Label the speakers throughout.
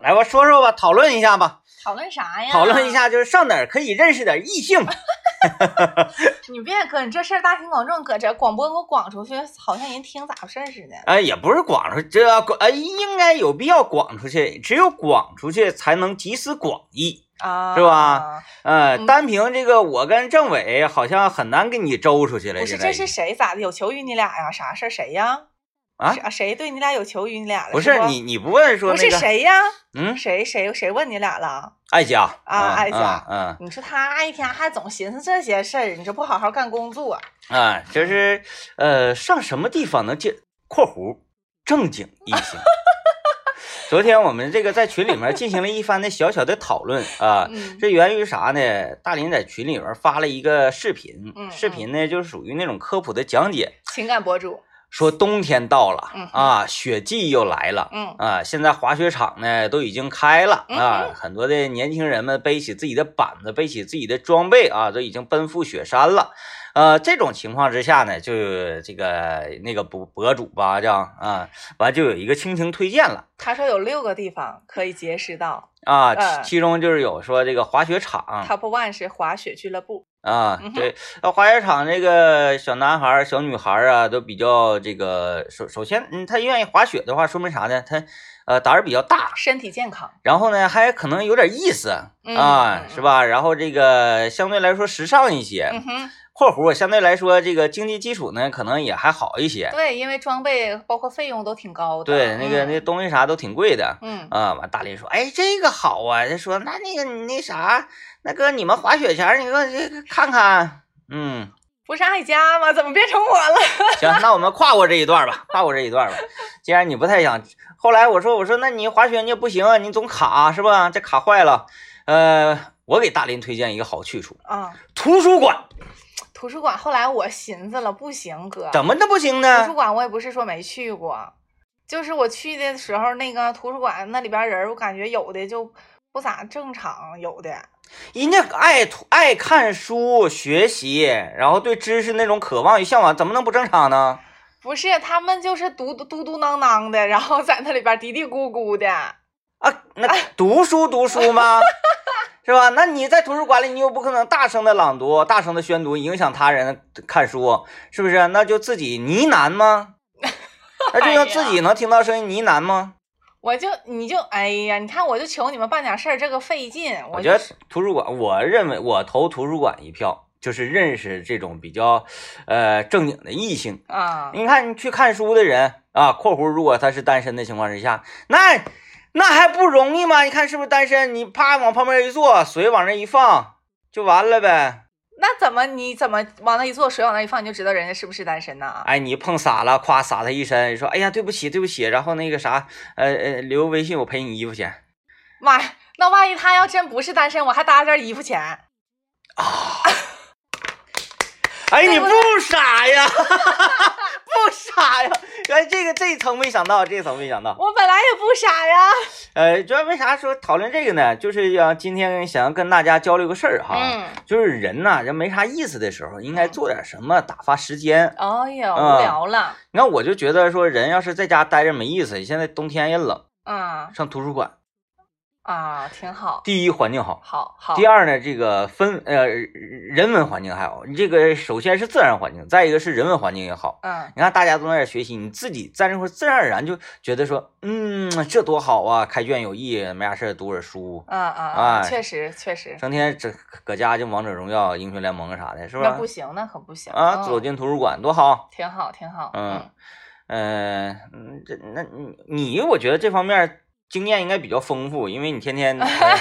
Speaker 1: 来吧，说说吧，讨论一下吧，
Speaker 2: 讨论哎啥呀？
Speaker 1: 讨论一，下就是上哪儿可以认识点异 性。
Speaker 2: 你别搁你这事儿大庭广众，搁这广播给我广出去，好像人听咋回事儿似的。
Speaker 1: 啊，也不是广出去，这广哎应该有必要广出去，只有广出去才能集思广益。
Speaker 2: 啊，
Speaker 1: 是吧？呃，
Speaker 2: 嗯
Speaker 1: 单凭这个我跟政委好像很难给你周出去了。
Speaker 2: 不是，
Speaker 1: 现在
Speaker 2: 这是谁咋的？有求于你俩呀？啥事儿？谁呀？
Speaker 1: 啊
Speaker 2: 是谁对你俩有求于你俩了？
Speaker 1: 不
Speaker 2: 是
Speaker 1: 是你你不问
Speaker 2: 不
Speaker 1: 说
Speaker 2: 不是
Speaker 1: 那个
Speaker 2: 谁呀？
Speaker 1: 嗯哎
Speaker 2: 谁谁谁问你俩了？
Speaker 1: 艾佳
Speaker 2: 啊艾佳
Speaker 1: 嗯
Speaker 2: 你说他一天还总寻思这些事儿，你这不好好干工作、
Speaker 1: 嗯啊就是呃上什么地方能见（ 括弧正经异性）。 昨天我们这个在群里面进行了一番的小小的讨论啊，
Speaker 2: 嗯
Speaker 1: 这源于啥呢？大林在群里面发了一个视频，
Speaker 2: 嗯
Speaker 1: 视频呢就是属于那种科普的讲解，
Speaker 2: 情感博主，
Speaker 1: 说冬天到了、
Speaker 2: 嗯
Speaker 1: 啊，雪季又来了。
Speaker 2: 嗯
Speaker 1: 啊，现在滑雪场呢都已经开了啊
Speaker 2: 嗯，
Speaker 1: 很多的年轻人们背起自己的板子，背起自己的装备啊，都已经奔赴雪山了。呃，这种情况之下呢，就有这个那个博博主吧，这样啊，完就有一个亲情推荐了
Speaker 2: 他说有六个地方可以结识到、
Speaker 1: 啊，
Speaker 2: 嗯
Speaker 1: 其其中就是有说这个滑雪场
Speaker 2: Top One 是滑雪俱乐部，
Speaker 1: 啊
Speaker 2: 嗯哼，
Speaker 1: 对，那滑雪场这个小男孩儿、小女孩儿啊，都比较这个首首先，嗯，他愿意滑雪的话，说明啥呢？他呃胆儿比较大，
Speaker 2: 身体健康，
Speaker 1: 然后呢，还可能有点意思
Speaker 2: 嗯
Speaker 1: 啊
Speaker 2: 嗯，
Speaker 1: 是吧？然后这个相对来说时尚一些
Speaker 2: 嗯，哼，
Speaker 1: （括弧相对来说这个经济基础呢，可能也还好一些。
Speaker 2: 对，因为装备包括费用都挺高的，
Speaker 1: 对，那个
Speaker 2: 嗯
Speaker 1: 那东西啥都挺贵的。
Speaker 2: 嗯，
Speaker 1: 啊，完大林说，哎，这个好啊。他说，那那个你那啥，那个你们滑雪前儿，你给我这个看看。嗯，
Speaker 2: 不是爱家吗？怎么变成我了？
Speaker 1: 行，那我们跨过这一段吧，跨过这一段吧。既然你不太想，后来我说我说那你滑雪你也不行啊，你总卡是吧？这卡坏了。呃，我给大林推荐一个好去处，
Speaker 2: 啊，
Speaker 1: 图书馆。
Speaker 2: 图书馆。后来我寻思了，不行，哥，
Speaker 1: 怎么那不行
Speaker 2: 图书
Speaker 1: 呢？
Speaker 2: 馆我也不是说没去过，就是我去的时候，那个图书馆那里边人儿，我感觉有的就不咋正常，有的
Speaker 1: 人家爱图爱看书学习，然后对知识那种渴望与向往，怎么能不正常呢？
Speaker 2: 不是他们就是嘟嘟嘟嘟囔囔的，然后在那里边嘀嘀咕咕的。
Speaker 1: 啊，那读书读书 吗？是吧？那你在图书馆里，你又不可能大声的朗读、大声的宣读，影响他人看书，是不是？那就自己呢喃 吗？那就
Speaker 2: 哎
Speaker 1: 让自己能听到声音呢喃吗？
Speaker 2: 我就你就哎呀，你看我就求你们办点事儿，这个费劲。我
Speaker 1: 我
Speaker 2: 就
Speaker 1: 觉得
Speaker 2: 是
Speaker 1: 图书馆，我认为我投图书馆一票，就是认识这种比较，呃，正经的异性。
Speaker 2: 啊，
Speaker 1: 你看，你去看书的人啊，括弧如果他是单身的情况之下，那那还不容易吗？你看是不是单身？你啪往旁边一坐，水往那一放就完了呗。
Speaker 2: 那怎么你怎么往那一坐，水往那一放，你就知道人家是不是单身啊呐？
Speaker 1: 哎，你碰洒了，夸洒他一身，说哎呀对不起对不起，然后那个啥，呃呃留微信我赔你衣服哎钱
Speaker 2: 妈呀，那万一他要真不是单身，我还搭这衣服钱。
Speaker 1: 啊。哎，你不傻呀， 不傻呀！哎，这个这一层没想到，这一层没想到。
Speaker 2: 我本来也不傻呀。
Speaker 1: 呃，主要为啥说讨论这个呢？就是要今天想要跟大家交流个事儿哈。
Speaker 2: 嗯，
Speaker 1: 就是人呐、人没啥意思的时候，应该做点什么打发时间。
Speaker 2: 哎呀，
Speaker 1: 啊
Speaker 2: 无聊了。
Speaker 1: 你看，我就觉得说，人要是在家待着没意思，现在冬天也冷，
Speaker 2: 嗯
Speaker 1: 上图书馆，
Speaker 2: 啊，挺好，
Speaker 1: 第一环境好，
Speaker 2: 好好。
Speaker 1: 第二呢，这个氛呃人文环境还好。你这个首先是自然环境，再一个是人文环境也好。
Speaker 2: 嗯，
Speaker 1: 你看大家都在那儿学习，你自己在那块儿自然而然就觉得说，嗯，这多好啊，开卷有益，没啥事儿读会儿书，
Speaker 2: 啊啊
Speaker 1: 哎
Speaker 2: 啊，确实确实，
Speaker 1: 成天这搁家就王者荣耀、英雄联盟啥的，是
Speaker 2: 那
Speaker 1: 吧
Speaker 2: 不？行，那可不行
Speaker 1: 啊，
Speaker 2: 嗯
Speaker 1: 走进图书馆多好。
Speaker 2: 挺好挺好。
Speaker 1: 嗯，呃，嗯，这那你你，我觉得这方面儿经验应该比较丰富，因为你天 天啊、
Speaker 2: 嗯，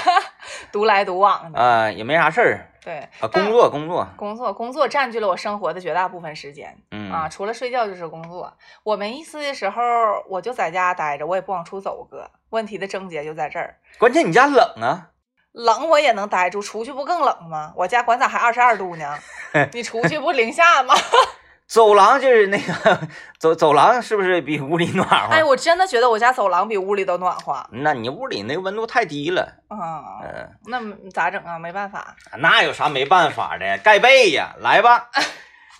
Speaker 2: 独来独往的，
Speaker 1: 呃也没啥事儿
Speaker 2: 对
Speaker 1: 啊，工。作工作
Speaker 2: 但，工作，工作占据了我生活的绝大部分时间
Speaker 1: 嗯
Speaker 2: 啊，除了睡觉就是工作。我没意思的时候，我就在家待着，我也不往出走，哥。问题的症结就在这儿，
Speaker 1: 关键你家冷啊，
Speaker 2: 冷我也能待住，出去不更冷吗？我家管咋还二十二度 呢？你出去不零下吗？
Speaker 1: 哦走廊就是那个走走廊是不是比屋里暖和？
Speaker 2: 哎，我真的觉得我家走廊比屋里都暖和。
Speaker 1: 那你屋里那个温度太低了，
Speaker 2: 啊，
Speaker 1: 嗯、
Speaker 2: 那么咋整啊？没办法，
Speaker 1: 那有啥没办法的，盖被呀，来 吧，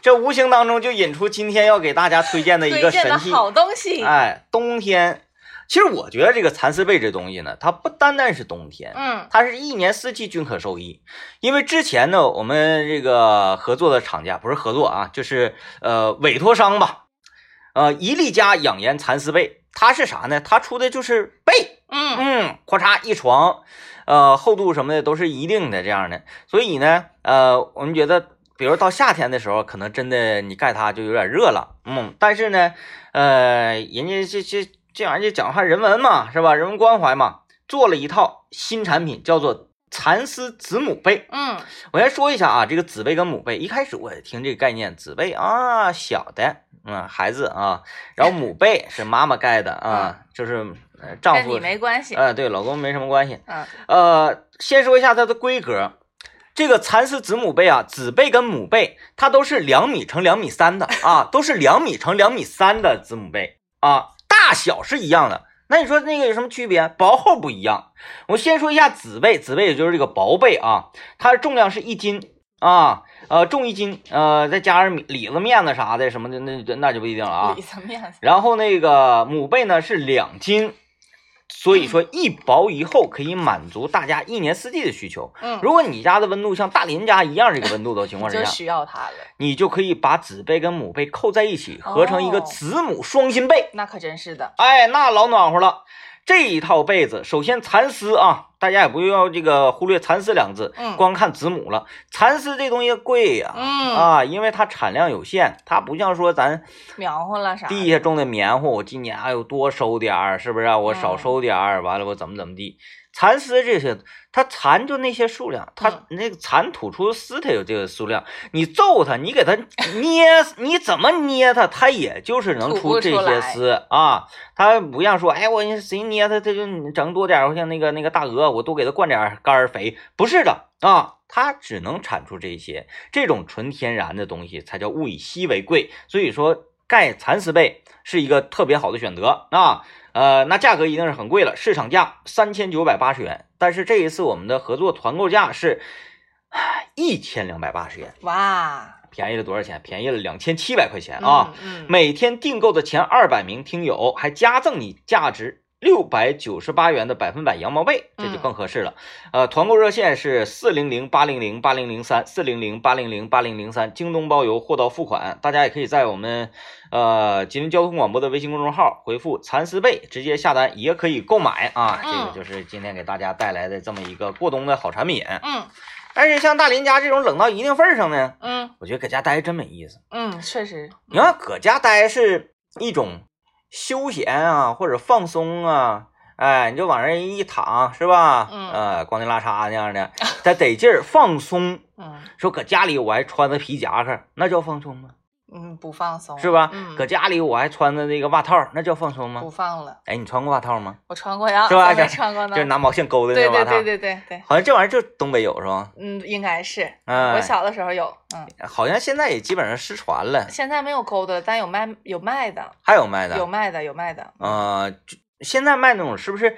Speaker 1: 这无形当中就引出今天要给大家推荐的一
Speaker 2: 推
Speaker 1: 个啊
Speaker 2: 荐的
Speaker 1: 神器，
Speaker 2: 好东西，
Speaker 1: 哎，冬天其实我觉得这个蚕丝被这东西呢，它不单单是冬天，
Speaker 2: 嗯
Speaker 1: 它是一年四季均可受益。因为之前呢，我们这个合作的厂家不是合作啊，就是呃委托商吧，呃一力家养颜蚕丝被，它是啥呢？它出的就是被，
Speaker 2: 嗯
Speaker 1: 嗯，咔嚓一床，呃，厚度什么的都是一定的这样的，所以呢，呃，我们觉得，比如到夏天的时候，可能真的你盖它就有点热了，嗯，但是呢，呃，人家这这这玩意儿讲话人文嘛，是吧？人文关怀嘛，做了一套新产品，叫做蚕丝子母被。
Speaker 2: 嗯
Speaker 1: 我先说一下啊，这个子被跟母被，一开始我也听这个概念，子被啊，小的，嗯，孩子啊，然后母被是妈妈盖的啊，就是呃丈
Speaker 2: 嗯跟
Speaker 1: 夫
Speaker 2: 你没关系。
Speaker 1: 哎，对，老公没什么关系。
Speaker 2: 嗯
Speaker 1: 呃，先说一下它的规格，这个蚕丝子母被啊，子被跟母被它都是两米乘两米三的啊，都是两米乘两米三的子母被啊，大小是一样的。那你说那个有什么区别？薄厚不一样。我先说一下子被，子被也就是这个薄被啊，它的重量是一斤啊，呃，重一斤，呃，再加上米李子面子啥的什么的，那那那就不一定了啊
Speaker 2: 里。层面子。
Speaker 1: 然后那个母被呢是两斤，所以说一薄一厚可以满足大家一年四季的需求。
Speaker 2: 嗯，
Speaker 1: 如果你家的温度像大林家一样这个温度的情况之
Speaker 2: 就
Speaker 1: 下，
Speaker 2: 需要它了，
Speaker 1: 你就可以把子被跟母被扣在一起，合成一个
Speaker 2: 哦
Speaker 1: 子母双心被。
Speaker 2: 那可真是的。
Speaker 1: 哎，那老暖和了。这一套被子，首先蚕丝啊，大家也不要这个忽略蚕丝两个字，
Speaker 2: 嗯
Speaker 1: 光看子母了。蚕丝这东西贵呀、
Speaker 2: 嗯，
Speaker 1: 啊，因为它产量有限，它不像说咱
Speaker 2: 描绘了啥的？
Speaker 1: 地下种的棉花，我今年哎呦多收点儿，是不是、啊？我少
Speaker 2: 嗯
Speaker 1: 收点儿，完了我怎么怎么地？蚕丝这些，它蚕就那些数量，
Speaker 2: 嗯
Speaker 1: 它那个蚕吐出丝，它有这个数量。你揍它，你给它捏，你怎么捏它，它也就是能
Speaker 2: 吐
Speaker 1: 出
Speaker 2: 不
Speaker 1: 这
Speaker 2: 出
Speaker 1: 些
Speaker 2: 来
Speaker 1: 丝啊。它不像说，哎，我谁捏它，它就整多点儿，像那个那个大鹅，我多给它灌点儿干儿肥，不是的啊。它只能产出这些，这种纯天然的东西才叫物以稀为贵。所以说，盖蚕丝被是一个特别好的选择啊。呃，那价格一定是很贵了，市场价三千九百八十元，但是这一次我们的合作团购价是一千两百八十元，
Speaker 2: 哇
Speaker 1: 便宜了多少钱？便宜了两千七百块钱啊！，
Speaker 2: 嗯嗯，
Speaker 1: 每天订购的前二百名听友还加赠你价值六百九十八元的百分百羊毛被，这就
Speaker 2: 嗯
Speaker 1: 更合适了。呃，团购热线是四零零八零零八零零三四零零八零零八零零三，京东包邮，货到付款。大家也可以在我们呃吉林交通广播的微信公众号回复“蚕丝被”，直接下单也可以购买啊。这个
Speaker 2: 嗯
Speaker 1: 就是今天给大家带来的这么一个过冬的好产品。
Speaker 2: 嗯
Speaker 1: 但是像大林家这种冷到一定份儿上呢，
Speaker 2: 嗯
Speaker 1: 我觉得搁家待着真没意思。
Speaker 2: 嗯，确实，
Speaker 1: 你看，搁家待是一种休闲啊，或者放松啊，哎，你就往那儿一躺是吧？
Speaker 2: 嗯
Speaker 1: 呃，光腚拉碴那样 的，它得劲儿放松。
Speaker 2: 嗯
Speaker 1: 说搁家里我还穿着皮夹克，那叫放松吗？
Speaker 2: 嗯，不放松
Speaker 1: 是吧？
Speaker 2: 嗯
Speaker 1: 搁，家里我还穿着那个袜套，那叫放松吗
Speaker 2: 不？放了。
Speaker 1: 哎，你穿过袜套吗？
Speaker 2: 我穿过呀，
Speaker 1: 是吧
Speaker 2: 我没
Speaker 1: 这
Speaker 2: 穿过 呢。
Speaker 1: 就是拿毛线勾的那
Speaker 2: 对
Speaker 1: 个袜
Speaker 2: 对
Speaker 1: 套，
Speaker 2: 对对对对，
Speaker 1: 好像这玩意儿就东北有是吧？
Speaker 2: 嗯，应该是。
Speaker 1: 嗯，
Speaker 2: 我小的时候有，嗯，
Speaker 1: 好像现在也基本上失传了，
Speaker 2: 现在没有钩的，但有卖有卖的，
Speaker 1: 还有卖的。
Speaker 2: 有卖的，有卖的，
Speaker 1: 呃，就现在卖那种是不是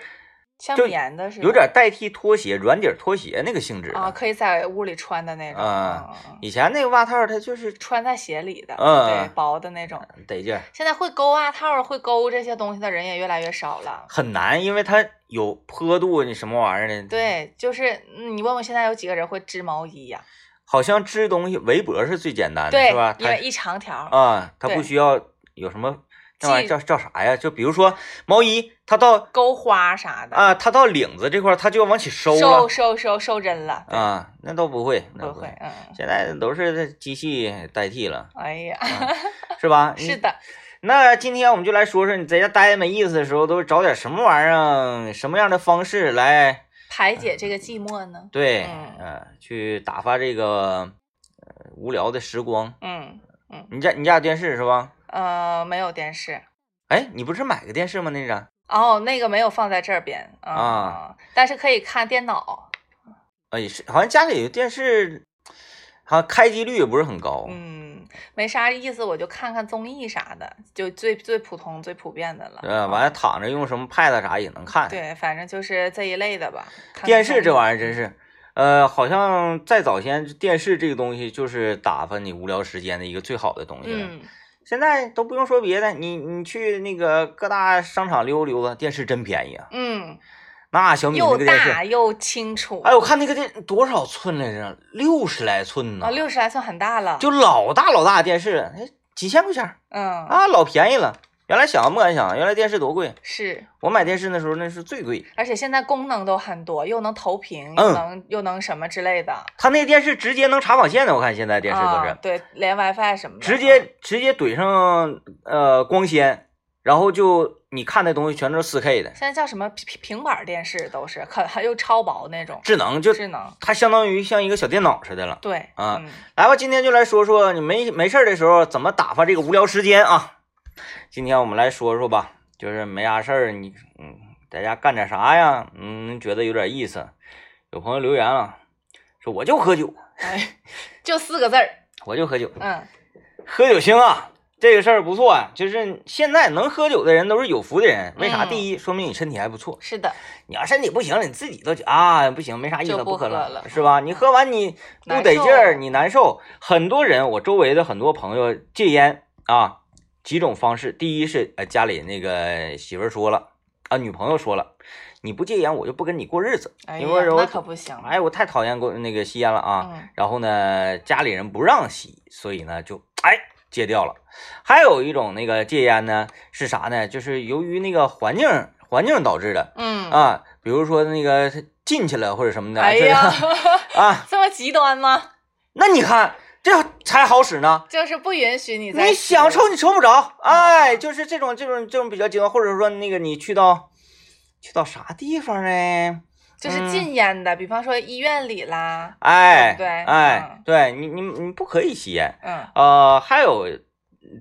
Speaker 2: 像
Speaker 1: 就
Speaker 2: 棉的似的，
Speaker 1: 有点代替拖鞋、软底儿拖鞋那个性质
Speaker 2: 啊，
Speaker 1: 的。
Speaker 2: 可以在屋里穿的那种，
Speaker 1: 啊
Speaker 2: 嗯嗯嗯
Speaker 1: 以前那个袜套它就是
Speaker 2: 穿在鞋里的，
Speaker 1: 嗯
Speaker 2: 对，薄的那种。
Speaker 1: 得劲儿，
Speaker 2: 现在会钩袜套、会钩这些东西的人也越来越少了。
Speaker 1: 很难，因为它有坡度，啊你什么玩意儿的，
Speaker 2: 对，就是嗯你问问现在有几个人会织毛衣呀、
Speaker 1: 好像织东西围脖是最简单的，
Speaker 2: 对
Speaker 1: 是吧？，
Speaker 2: 因为
Speaker 1: 它
Speaker 2: 一长条儿，
Speaker 1: 啊，它不
Speaker 2: 对
Speaker 1: 需要有什么那玩意儿
Speaker 2: 系
Speaker 1: 叫叫啥呀？就比如说毛衣，它到
Speaker 2: 钩花啥的，
Speaker 1: 啊，它到领子这块儿，它就要往起收
Speaker 2: 收
Speaker 1: 了
Speaker 2: 收收收针了，
Speaker 1: 啊，那都不会，那
Speaker 2: 不
Speaker 1: 不
Speaker 2: 会
Speaker 1: 会，，
Speaker 2: 嗯，
Speaker 1: 现在都是机器代替了，啊
Speaker 2: 哎呀，
Speaker 1: 是吧？
Speaker 2: 是
Speaker 1: 你
Speaker 2: 的，
Speaker 1: 那今天我们就来说说你在家待着没意思的时候，都找点什么玩意儿、啊什么样的方式来
Speaker 2: 排解这个寂寞呢，
Speaker 1: 对，
Speaker 2: 嗯
Speaker 1: 呃，去打发这个、呃、无聊的时光。
Speaker 2: 嗯
Speaker 1: 你家你家有电视是吧？
Speaker 2: 呃，没有电视，
Speaker 1: 哎，你不是买个电视吗？那个
Speaker 2: 哦，那个没有放在这边嗯
Speaker 1: 啊哦
Speaker 2: 但是可以看电脑，
Speaker 1: 哎是，好像家里有电视，好像开机率也不是很高。
Speaker 2: 嗯，没啥意思，我就看看综艺啥的，就最最普通、最普遍的了，
Speaker 1: 呃，
Speaker 2: 嗯
Speaker 1: 完了躺着用什么 pad 啥也能看。
Speaker 2: 对，反正就是这一类的吧。
Speaker 1: 电视这
Speaker 2: 意
Speaker 1: 玩意儿真是，
Speaker 2: 嗯
Speaker 1: 呃，好像在早先电视这个东西就是打发你无聊时间的一个最好的东西了。
Speaker 2: 嗯，
Speaker 1: 现在都不用说别的，你你去那个各大商场溜达溜达，电视真便宜啊！
Speaker 2: 嗯，
Speaker 1: 那小米那
Speaker 2: 又
Speaker 1: 个电视，
Speaker 2: 大又清楚。
Speaker 1: 哎，我看那个电多少寸来着？六十来寸呢
Speaker 2: 啊，，六十来寸很大了。
Speaker 1: 就老大老大的电视，哎，几千块钱儿
Speaker 2: 嗯，
Speaker 1: 啊，老便宜了。原来想都不敢想，原来电视多贵。
Speaker 2: 是，
Speaker 1: 我买电视那时候那是最贵，
Speaker 2: 而且现在功能都很多，又能投屏，
Speaker 1: 嗯
Speaker 2: 又能又能什么之类的。
Speaker 1: 他那电视直接能查访线的，我看现在电视都是、
Speaker 2: 啊、对，连 WiFi 什么的，啊
Speaker 1: 直接直接怼上呃光纤，然后就你看那东西全都是四 K 的，
Speaker 2: 现在叫什么平平板电视都是，可还又超薄那种，
Speaker 1: 智能就
Speaker 2: 智能。
Speaker 1: 它相当于像一个小电脑似的了。
Speaker 2: 对，
Speaker 1: 啊
Speaker 2: 嗯，
Speaker 1: 来吧，今天就来说说你没没事儿的时候怎么打发这个无聊时间啊。今天我们来说说吧，就是没啥事儿，你嗯在家干点啥呀？嗯，觉得有点意思。有朋友留言了，说我就喝酒，
Speaker 2: 哎， 就四个字儿，
Speaker 1: 我就喝酒，
Speaker 2: 嗯，
Speaker 1: 喝酒行啊，这个事儿不错啊。就是现在能喝酒的人都是有福的人，为啥？
Speaker 2: 嗯
Speaker 1: 第一，说明你身体还不错。
Speaker 2: 是的，
Speaker 1: 你要身体不行了，你自己都觉得啊不行，没啥意思
Speaker 2: 就
Speaker 1: 了，
Speaker 2: 不
Speaker 1: 不喝
Speaker 2: 喝
Speaker 1: 了，
Speaker 2: 了嗯
Speaker 1: 是吧？你喝完你不得劲
Speaker 2: 难
Speaker 1: 儿，
Speaker 2: 受啊
Speaker 1: 你难受。很多人，我周围的很多朋友戒烟啊，几种方式。第一是呃家里那个媳妇儿说了啊，女朋友说了，你不戒烟我就不跟你过日子。
Speaker 2: 哎
Speaker 1: 你
Speaker 2: 呀，
Speaker 1: 温柔
Speaker 2: 那可不行，
Speaker 1: 哎，我太讨厌过那个吸烟了啊。
Speaker 2: 嗯
Speaker 1: 然后呢，家里人不让吸，所以呢就哎戒掉了。还有一种那个戒烟呢是啥呢？就是由于那个环境环境导致的。
Speaker 2: 嗯，
Speaker 1: 啊，比如说那个进去了或者什么的，
Speaker 2: 哎
Speaker 1: 这
Speaker 2: 呀，
Speaker 1: 个啊，
Speaker 2: 这么极端吗？
Speaker 1: 那你看这才好使呢。
Speaker 2: 就是不允许你在
Speaker 1: 你想抽你抽不着，哎，就是这种这种这种比较极端，或者说那个你去到去到啥地方呢？嗯
Speaker 2: 就是禁烟的，比方说医院里啦，
Speaker 1: 哎，
Speaker 2: 对
Speaker 1: 哎
Speaker 2: 嗯，
Speaker 1: 对你你你不可以吸烟。
Speaker 2: 嗯，
Speaker 1: 呃，还有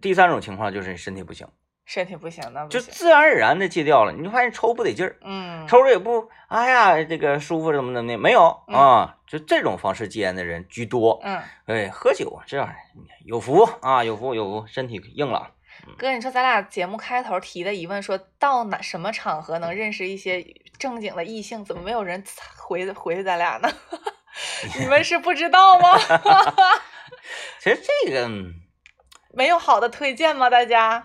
Speaker 1: 第三种情况就是你身体不行，
Speaker 2: 身体不行，那不
Speaker 1: 就
Speaker 2: 行，
Speaker 1: 自然而然的戒掉了。你就发现抽不得劲儿，
Speaker 2: 嗯，
Speaker 1: 抽着也不哎呀这个舒服怎么怎么的，没有
Speaker 2: 嗯
Speaker 1: 啊，就这种方式戒烟的人居多。
Speaker 2: 嗯，
Speaker 1: 哎，喝酒啊，这玩意儿有福啊，有福有福，身体硬朗。
Speaker 2: 哥，你说咱俩节目开头提的疑问说，到哪什么场合能认识一些正经的异性？怎么没有人回回咱俩呢？ 你们是不知道吗？
Speaker 1: 其实这个，嗯
Speaker 2: 没有好的推荐吗？大家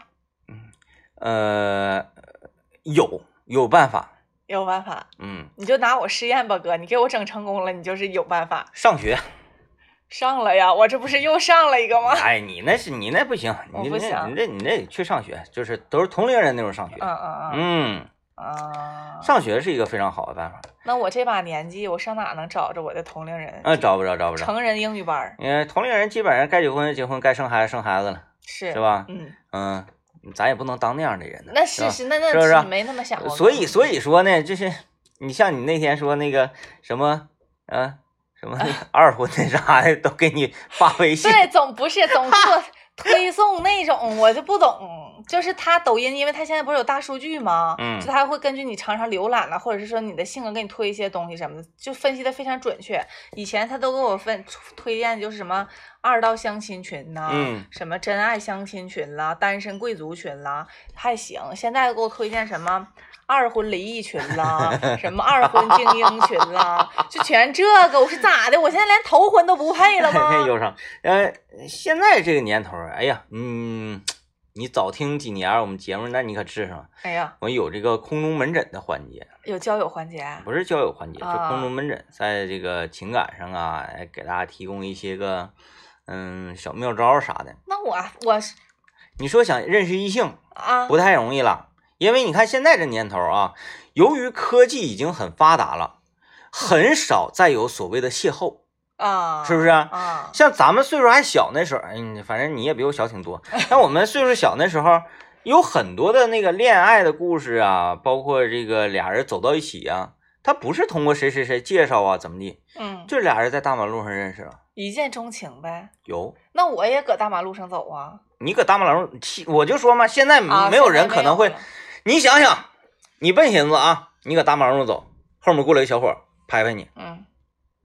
Speaker 1: 呃，有有办法，
Speaker 2: 有办法，
Speaker 1: 嗯，
Speaker 2: 你就拿我试验吧，哥，你给我整成功了，你就是有办法
Speaker 1: 上学，
Speaker 2: 上了呀！我这不是又上了一个吗？
Speaker 1: 哎，你那是你那不行，
Speaker 2: 我
Speaker 1: 你
Speaker 2: 不
Speaker 1: 那
Speaker 2: 行
Speaker 1: 你这你那得去上学，就是都是同龄人那种上学，
Speaker 2: 嗯嗯
Speaker 1: 嗯，
Speaker 2: 嗯啊！
Speaker 1: 上学是一个非常好的办法，
Speaker 2: 那我这把年纪，我上哪能找着我的同龄人？
Speaker 1: 嗯，找不着找不着，
Speaker 2: 成人英语班儿
Speaker 1: 嗯、同龄人基本上该结婚就结婚，该生孩子生孩子了，
Speaker 2: 是
Speaker 1: 是？吧？
Speaker 2: 嗯，
Speaker 1: 嗯，咱也不能当那样的人呢，
Speaker 2: 那
Speaker 1: 吧
Speaker 2: 是是那那
Speaker 1: 是不是啊
Speaker 2: 你没那么想过吗，
Speaker 1: 所 以所以说呢，就是你像你那天说那个什么，呃，什么那个二婚那啥的，都给你发微信，
Speaker 2: 哎 对，总不是总做推送那种，我就不懂。就是他抖音，因为他现在不是有大数据吗？
Speaker 1: 嗯
Speaker 2: 就他会根据你常常浏览了，或者是说你的性格给你推一些东西什么的，就分析的非常准确。以前他都给我分推荐就是什么二道相亲群呐、
Speaker 1: 嗯
Speaker 2: 什么真爱相亲群啦，单身贵族群啦，还行。现在给我推荐什么？二婚离异群 啦，什么二婚精英群啦，就全这个，我是咋的？我现在连头婚都不配 了吗？
Speaker 1: 忧伤。呃，现在这个年头儿，哎呀，嗯，你早听几年儿我们节目，那你可吃上了。
Speaker 2: 哎呀，
Speaker 1: 我有这个空中门诊的环节，
Speaker 2: 有交友环节啊，
Speaker 1: 不是交友环节，是
Speaker 2: 啊
Speaker 1: 空中门诊，在这个情感上啊，哎给大家提供一些个嗯小妙招儿啥的。
Speaker 2: 那我啊我是
Speaker 1: 你说想认识异性，
Speaker 2: 啊，
Speaker 1: 不太容易了，因为你看现在这年头啊，由于科技已经很发达了，很少再有所谓的邂逅，
Speaker 2: 啊，
Speaker 1: 是不是？
Speaker 2: 啊？
Speaker 1: 像咱们岁数还小那时候，嗯，反正你也比我小挺 多。像我们岁数小那时候，有很多的那个恋爱的故事啊，包括这个俩人走到一起啊，他不是通过谁谁谁介绍啊，怎么地，
Speaker 2: 嗯，
Speaker 1: 就俩人在大马路上认识了。
Speaker 2: 一见钟情呗。
Speaker 1: 有
Speaker 2: 那我也搁大马路上走啊，
Speaker 1: 你搁大马路上，其我就说嘛，现在
Speaker 2: 啊，
Speaker 1: 嗯没有人可能会
Speaker 2: 现在没有了
Speaker 1: 你想想，你笨寻思啊，你搁大马路上走，后面过来一小伙儿拍拍你，
Speaker 2: 嗯，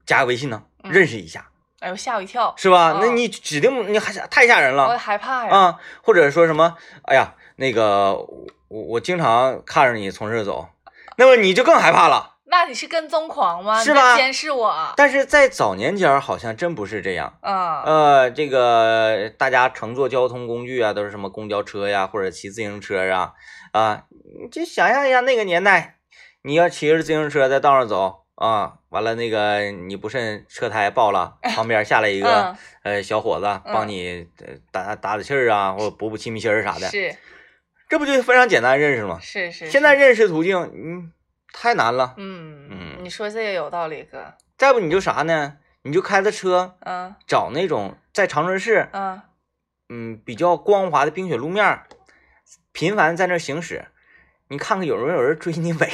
Speaker 1: 加个微信呢，
Speaker 2: 嗯
Speaker 1: 认识一下，
Speaker 2: 哎呦，吓我一跳，
Speaker 1: 是吧？
Speaker 2: 嗯
Speaker 1: 那你指定你还太吓人
Speaker 2: 我也
Speaker 1: 了
Speaker 2: 害怕呀。
Speaker 1: 啊！或者说什么，哎呀，那个我我我经常看着你从这儿走，那么你就更害怕了。
Speaker 2: 那你是跟踪狂吗？
Speaker 1: 是
Speaker 2: 你
Speaker 1: 吧
Speaker 2: 在监视我？
Speaker 1: 但是在早年间儿好像真不是这样。
Speaker 2: 啊，
Speaker 1: 呃，这个大家乘坐交通工具啊，都是什么公交车呀，或者骑自行车啊，啊，你就想象一下那个年代，你要骑着自行车在道上走啊，完了那个你不慎车胎爆 了，旁边下来一个、
Speaker 2: 嗯
Speaker 1: 呃小伙子帮你呃打打打气儿啊，或者补补气密心儿啥的，
Speaker 2: 是
Speaker 1: 这不就非常简单认识吗？
Speaker 2: 是是，
Speaker 1: 现在
Speaker 2: 是
Speaker 1: 认识途径，嗯，太难了。
Speaker 2: 嗯
Speaker 1: 嗯
Speaker 2: 你说这也有道理，哥，
Speaker 1: 再不你就啥呢？你就开着车
Speaker 2: 嗯
Speaker 1: 找那种在长春市
Speaker 2: 嗯
Speaker 1: 嗯，比较光滑的冰雪路面儿，频繁在那儿行驶，你看看有没有人追你尾？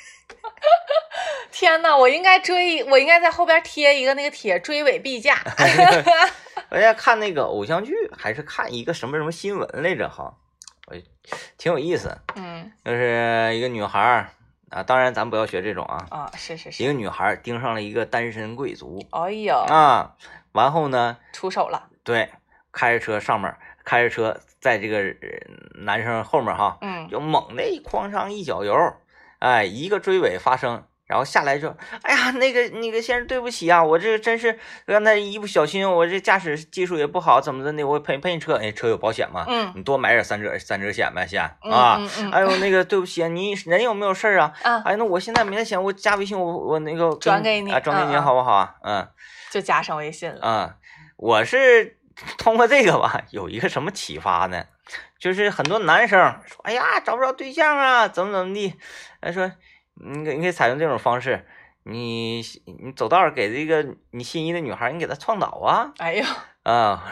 Speaker 2: 天呐，我应该追，我应该在后边贴一个那个帖，追尾必 驾。
Speaker 1: 我在看那个偶像剧，还是看一个什么什么新闻来着哈，我挺有意思，
Speaker 2: 嗯
Speaker 1: 就是一个女孩儿啊，当然咱不要学这种啊，
Speaker 2: 啊，是是
Speaker 1: 一
Speaker 2: 是，
Speaker 1: 个女孩儿盯上了一个单身贵族
Speaker 2: 哎呦，
Speaker 1: 啊，完后呢，
Speaker 2: 出手了，
Speaker 1: 对，开着车上面儿，开着车在这个呃男生后面儿哈，
Speaker 2: 嗯，
Speaker 1: 就猛的一哐上一脚油，哎，一个追尾发生，然后下来就，哎呀，那个那个先生，对不起啊，我这真是刚才一不小心，我这驾驶技术也不好，怎么的呢？我赔赔你车，哎，车有保险吗？
Speaker 2: 嗯
Speaker 1: 你多买点三者三者险呗，先
Speaker 2: 嗯
Speaker 1: 啊。
Speaker 2: 嗯嗯
Speaker 1: 哎呦，那个对不起啊，你人有没有事儿啊？
Speaker 2: 啊，
Speaker 1: 哎，那我现在没带钱，我加微信，我我那个
Speaker 2: 转给你
Speaker 1: 啊，转给
Speaker 2: 嗯
Speaker 1: 你
Speaker 2: 嗯
Speaker 1: 好不好啊？嗯
Speaker 2: 就加上微信了。
Speaker 1: 嗯，我是通过这个吧，有一个什么启发呢？就是很多男生说，哎呀，找不着对象啊，怎么怎么地，他说，你可你可以采用这种方式，你你走道儿给这个你心仪的女孩儿，你给她撞倒啊
Speaker 2: 哎呦，
Speaker 1: 啊，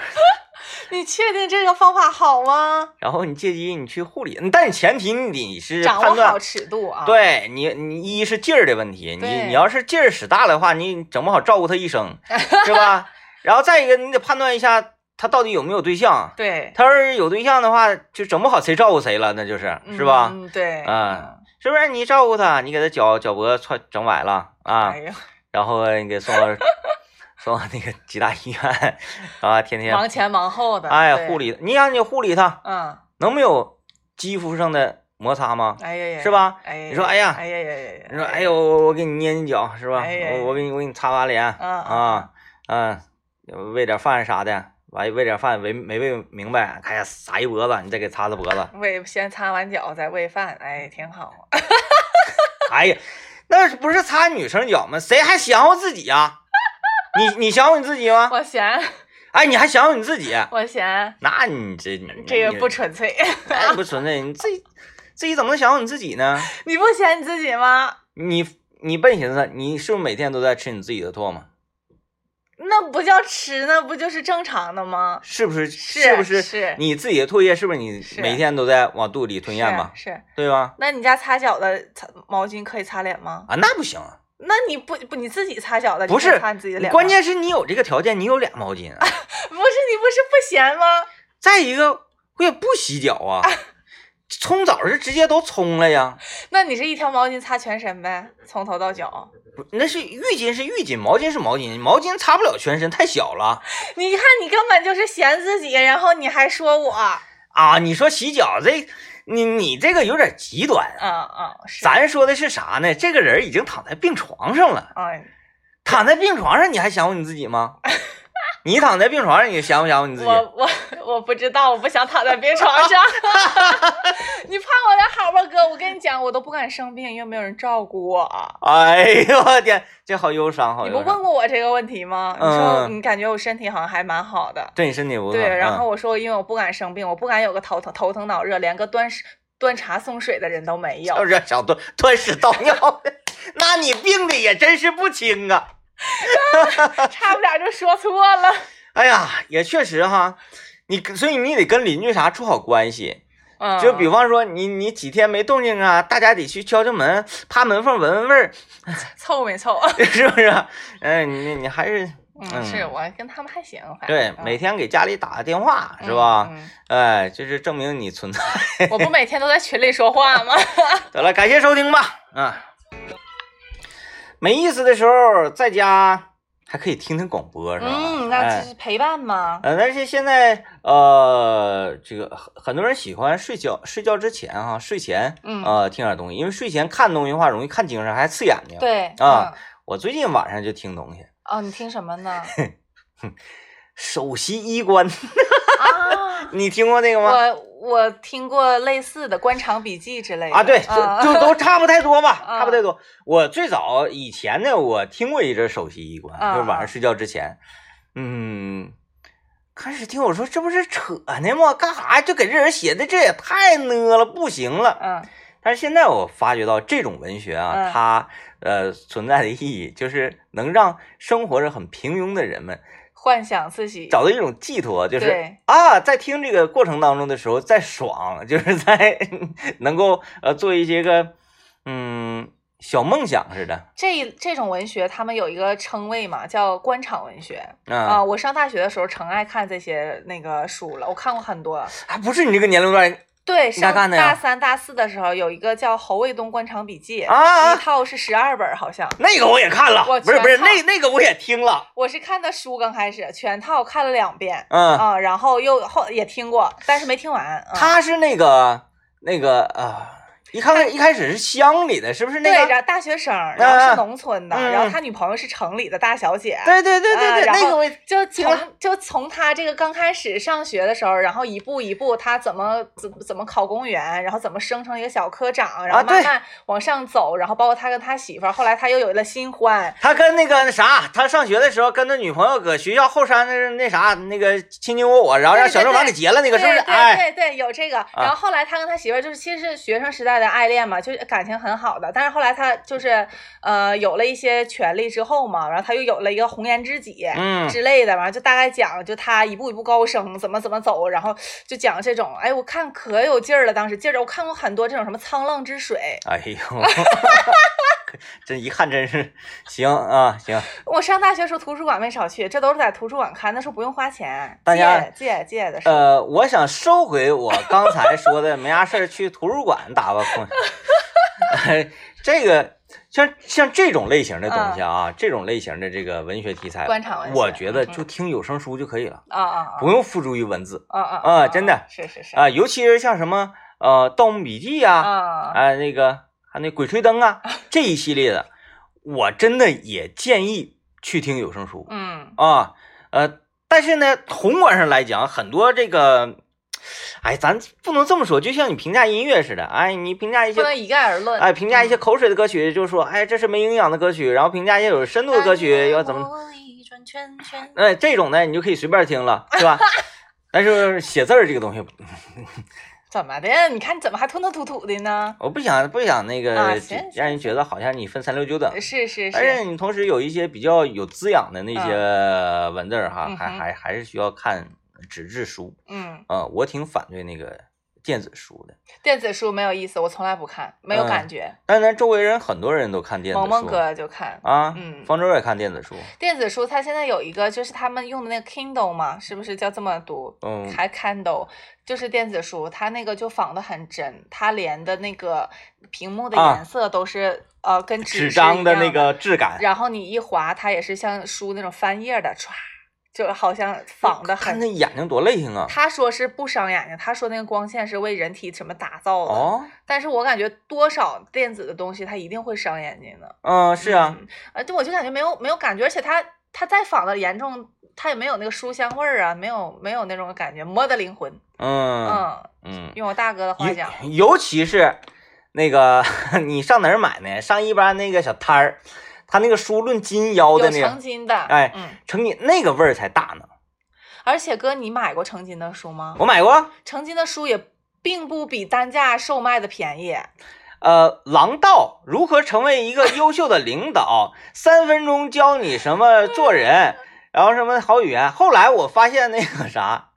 Speaker 2: 你确定这个方法好吗？
Speaker 1: 然后你借机你去护理，但是前提你是
Speaker 2: 掌
Speaker 1: 判
Speaker 2: 握好
Speaker 1: 断。
Speaker 2: 尺度啊！，
Speaker 1: 对你，你一是劲儿的问题，你
Speaker 2: 对
Speaker 1: 你要是劲儿使大了的话，你整不好照顾她一生，是 吧？然后再一个，你得判断一下她到底有没有对象，
Speaker 2: 对，
Speaker 1: 他要是有对象的话，就整不好谁照顾谁了，那就是是吧？
Speaker 2: 嗯，对，
Speaker 1: 啊是不是？你照顾他，你给他脚脚脖踹整崴了
Speaker 2: 嗯，
Speaker 1: 啊
Speaker 2: 哎，呦，
Speaker 1: 然后你给送到 送到那个吉大医院啊，天天
Speaker 2: 忙前忙后的，
Speaker 1: 哎
Speaker 2: 对
Speaker 1: 护，理，你让你护理他，
Speaker 2: 嗯，
Speaker 1: 能没有肌肤上的摩擦吗？
Speaker 2: 哎呀呀，
Speaker 1: 是吧
Speaker 2: 哎呀，
Speaker 1: 你说哎呀
Speaker 2: 哎呀呀呀呀，
Speaker 1: 你说，哎呦，我我给你捏捏脚是吧？
Speaker 2: 哎呀
Speaker 1: 我我给你我给你擦把脸啊
Speaker 2: 啊
Speaker 1: 嗯，喂点饭啥的，完喂点饭没没喂明白，哎呀撒一脖子，你再给擦擦脖子。
Speaker 2: 喂，先擦完脚再喂饭，哎，挺好。
Speaker 1: 哎呀，那不是擦女生脚吗？谁还想我自己呀、你你想我你自己吗？
Speaker 2: 我嫌，
Speaker 1: 哎，你还想我你自己？
Speaker 2: 我嫌
Speaker 1: 那你这你
Speaker 2: 这个不
Speaker 1: 纯，
Speaker 2: 纯粹，
Speaker 1: 哎不存在，你自己自己怎么能想我你自己呢？
Speaker 2: 你不嫌你自己吗？
Speaker 1: 你你笨寻思，你是不是每天都在吃你自己的唾沫？
Speaker 2: 那不叫吃，那不就是正常的吗？
Speaker 1: 是不是？
Speaker 2: 是
Speaker 1: 不是？
Speaker 2: 是
Speaker 1: 你自己的唾液是不是你
Speaker 2: 是
Speaker 1: 每天都在往肚里吞咽嘛？
Speaker 2: 是。是
Speaker 1: 对吧？
Speaker 2: 那你家擦脚的擦毛巾可以擦脸吗？
Speaker 1: 啊，那不行啊，
Speaker 2: 那你不不你自己擦脚的，你
Speaker 1: 不
Speaker 2: 可以
Speaker 1: 是
Speaker 2: 擦你自己的脸吗。
Speaker 1: 关键是你有这个条件，你有俩毛巾啊。
Speaker 2: 不是你不是不嫌吗？
Speaker 1: 再一个，我也不洗脚 啊，冲澡是直接都冲了呀。
Speaker 2: 那你是一条毛巾擦全身呗，从头到脚。
Speaker 1: 不那是浴巾是浴巾，毛巾是毛巾，毛巾擦不了全身，太小了
Speaker 2: 你看你根本就是嫌自己，然后你还说我，啊
Speaker 1: 啊！你说洗脚这，你你这个有点极端。
Speaker 2: 啊是，
Speaker 1: 咱说的是啥呢？这个人已经躺在病床上了，
Speaker 2: 哎，
Speaker 1: 躺在病床上，你还想我你自己吗？你躺在病床上，你想不想我你自己？
Speaker 2: 我我我不知道，我不想躺在病床 上。 你盼我点好吧，哥，我跟你讲，我都不敢生病，因为没有人照顾我。
Speaker 1: 哎呦我天，这好忧伤，好
Speaker 2: 你不
Speaker 1: 忧伤。
Speaker 2: 问过我这个问题吗？你说
Speaker 1: 嗯
Speaker 2: 你感觉我身体好像还蛮好的，
Speaker 1: 对你身体不错。
Speaker 2: 对，然
Speaker 1: 嗯
Speaker 2: 后我说因为我不敢生病，我不敢有个头疼头疼脑热，连个端水端茶送水的人都没有。
Speaker 1: 就是小端端屎倒尿的，那你病的也真是不轻啊！
Speaker 2: 差不点就说错了。
Speaker 1: 哎呀，也确实哈，你所以你得跟邻居啥处好关系，
Speaker 2: 嗯，
Speaker 1: 就比方说你你几天没动静啊，大家得去敲敲门，趴门缝闻闻味儿，
Speaker 2: 凑没凑？
Speaker 1: 是不是？嗯，你你还是嗯
Speaker 2: 嗯，是我跟他们还行，反
Speaker 1: 对
Speaker 2: 正，
Speaker 1: 每天给家里打个电话是吧？？
Speaker 2: 哎嗯
Speaker 1: 哎，就是证明你存在。
Speaker 2: 嗯我不每天都在群里说话 吗？
Speaker 1: 得了，感谢收听吧，啊，没意思的时候在家还可以听听广播，是吧？
Speaker 2: 嗯，那
Speaker 1: 哎
Speaker 2: 就是陪伴嘛。
Speaker 1: 呃，但是现在呃，这个很很多人喜欢睡觉，睡觉之前哈、睡前
Speaker 2: 嗯
Speaker 1: 呃听点东西，因为睡前看东西的话容易看精神，还刺眼睛。，
Speaker 2: 对
Speaker 1: 啊
Speaker 2: 嗯
Speaker 1: 我最近晚上就听东西，
Speaker 2: 哦，你听什 么呢？
Speaker 1: 首席医官，
Speaker 2: 啊，
Speaker 1: 你听过那个吗？
Speaker 2: 我我听过类似的《官场笔记》之类的
Speaker 1: 啊，对，
Speaker 2: 啊
Speaker 1: 就就都差不太多吧，
Speaker 2: 啊
Speaker 1: 差不太多。我最早以前呢，我听过一阵首席医官，
Speaker 2: 啊
Speaker 1: 就是晚上睡觉之前，嗯。开始听我说这不是扯呢吗？干啥呀就给这人写的这也太呢了，不行了。
Speaker 2: 嗯
Speaker 1: 但是现在我发觉到这种文学啊，
Speaker 2: 嗯
Speaker 1: 它呃存在的意义就是能让生活着很平庸的人们
Speaker 2: 幻想自己
Speaker 1: 找到一种寄托，就是
Speaker 2: 对
Speaker 1: 啊，在听这个过程当中的时候，在爽， 就是在能够呃做一些个嗯小梦想似的
Speaker 2: 这一这种文学，他们有一个称谓嘛，叫官场文学啊、
Speaker 1: 啊，
Speaker 2: 我上大学的时候，成爱看这些那个书了，我看过很多。
Speaker 1: 还啊不是你这个年龄段
Speaker 2: 对，
Speaker 1: 你咋
Speaker 2: 上
Speaker 1: 看的呀
Speaker 2: 大三、大四的时候，有一个叫《侯卫东官场笔记》
Speaker 1: 啊啊
Speaker 2: 一套是十二本，好像。
Speaker 1: 那个我也看了
Speaker 2: 我，
Speaker 1: 不是不是
Speaker 2: 全看
Speaker 1: 那那个我也听了，
Speaker 2: 我是看的书，刚开始全套看了两遍
Speaker 1: 嗯，
Speaker 2: 啊、然后又后也听过，但是没听完。啊
Speaker 1: 他是那个那个啊。一看看一开始是乡里的，是不是那
Speaker 2: 对，
Speaker 1: 个？
Speaker 2: 然后大学生，然后是农村的，
Speaker 1: 嗯
Speaker 2: 然后他女朋友是城里的大小姐。
Speaker 1: 对对对对对，
Speaker 2: 啊然
Speaker 1: 那个
Speaker 2: 后
Speaker 1: 我也
Speaker 2: 就
Speaker 1: 听了
Speaker 2: 从就从他这个刚开始上学的时候，然后一步一步他怎么怎么怎么考公务员，然后怎么升成一个小科长，然后
Speaker 1: 对
Speaker 2: 慢慢往上走，然后包括他跟他媳妇儿，后来他又有了新欢，
Speaker 1: 他跟那个那啥，他上学的时候跟他女朋友搁学校后山那那啥那个卿卿我我，然后让
Speaker 2: 对对
Speaker 1: 小流氓给
Speaker 2: 对
Speaker 1: 劫了那个是不是？
Speaker 2: 对
Speaker 1: 哎，啊
Speaker 2: 对对对，有这个。然后后来他跟他媳妇儿就是其实是学生时代的爱恋嘛，就是感情很好的。但是后来他就是呃有了一些权利之后嘛，然后他又有了一个红颜知己。
Speaker 1: 嗯，
Speaker 2: 之类的，完了就大概讲，就他一步一步高升，怎么怎么走，然后就讲这种，哎，我看可有劲儿了，当时劲儿，我看过很多这种什么《沧浪之水
Speaker 1: 哎呦， 这一看真是行啊行，》，
Speaker 2: 我上大学时候图书馆没少去，这都是在图书馆看，那时候不用花钱，
Speaker 1: 大家
Speaker 2: 借借借的是，
Speaker 1: 呃，我想收回我刚才说的没啥事儿去图书馆打发空，哎 这个像像这种类型的东西啊，这种类型的这个文学题材，
Speaker 2: 官嗯场文学
Speaker 1: 我觉得
Speaker 2: 嗯
Speaker 1: 就听有声书就可以了，
Speaker 2: 啊啊
Speaker 1: 不用付诸于文字。
Speaker 2: 啊啊
Speaker 1: 啊真的
Speaker 2: 是是是
Speaker 1: 啊、尤其是像什么呃《盗墓笔记》啊，
Speaker 2: 啊
Speaker 1: 啊、那个还有那《鬼吹灯》啊这一系列的，我真的也建议去听有声书
Speaker 2: 嗯。
Speaker 1: 啊，呃，但是呢，宏观上来讲，很多这个，哎，咱不能这么说，就像你评价音乐似的，哎，你评价一
Speaker 2: 不
Speaker 1: 些。
Speaker 2: 能一概而论。
Speaker 1: 哎，评价一些口水的歌曲，就说哎，这是没营养的歌曲，然后评价一些有深度的歌曲，要怎么？哎，这种呢，你就可以随便听了， 是吧？但是写字儿这个东西，
Speaker 2: 怎么的？你看你怎么还吞吞吐吐的呢？
Speaker 1: 我不想不想那个、
Speaker 2: 啊行
Speaker 1: 让人觉得好像你分三六九等，
Speaker 2: 是是
Speaker 1: 但
Speaker 2: 是，
Speaker 1: 是你同时有一些比较有滋养的那些文字儿哈，
Speaker 2: 嗯
Speaker 1: 还
Speaker 2: 哼
Speaker 1: 还还是需要看纸质书
Speaker 2: 嗯，
Speaker 1: 啊、呃我挺反对那个电子书的，
Speaker 2: 电子书没有意思，我从来不看，没有感觉。
Speaker 1: 但咱周围人很多人都看嗯电子书，
Speaker 2: 萌萌哥就看
Speaker 1: 啊，
Speaker 2: 嗯
Speaker 1: 方舟也看电子书，
Speaker 2: 电子书，它现在有一个就是他们用的那个 Kindle 嘛，是不是叫这么读？
Speaker 1: 嗯
Speaker 2: 还 Kindle 就是电子书，它那个就仿的很真，它连的那个屏幕的
Speaker 1: 啊
Speaker 2: 颜色都是、呃跟纸
Speaker 1: 纸
Speaker 2: 是
Speaker 1: 张
Speaker 2: 一
Speaker 1: 的
Speaker 2: 样
Speaker 1: 那个质感，哎
Speaker 2: 然后你一划，它也是像书那种翻页的歘，就好像仿的很
Speaker 1: 看那眼睛多累挺啊！
Speaker 2: 他说是不伤眼睛，他说那个光线是为人体什么打造的，
Speaker 1: 哦，
Speaker 2: 但是我感觉多少电子的东西它一定会伤眼睛的。
Speaker 1: 嗯、是啊，
Speaker 2: 嗯，呃，对，我就感觉没有没有感觉，而且它它再仿的严重，它也没有那个书香味儿啊，没有没有那种感觉，磨的灵魂。
Speaker 1: 嗯
Speaker 2: 嗯，
Speaker 1: 嗯，
Speaker 2: 用我大哥的话讲，
Speaker 1: 尤尤其是那个 你上哪儿买呢？上一般那个小摊儿，他那个书论斤腰的
Speaker 2: 有
Speaker 1: 那个
Speaker 2: 成。斤的，
Speaker 1: 哎
Speaker 2: 嗯，
Speaker 1: 成你那个味儿才大呢。
Speaker 2: 而且哥，你买过成斤的书吗？
Speaker 1: 我买过，
Speaker 2: 成斤的书也并不比单价售卖的便宜。
Speaker 1: 呃，《狼道》如何成为一个优秀的领导，三分钟教你什么做人，然后什么好语言。后来我发现那个啥，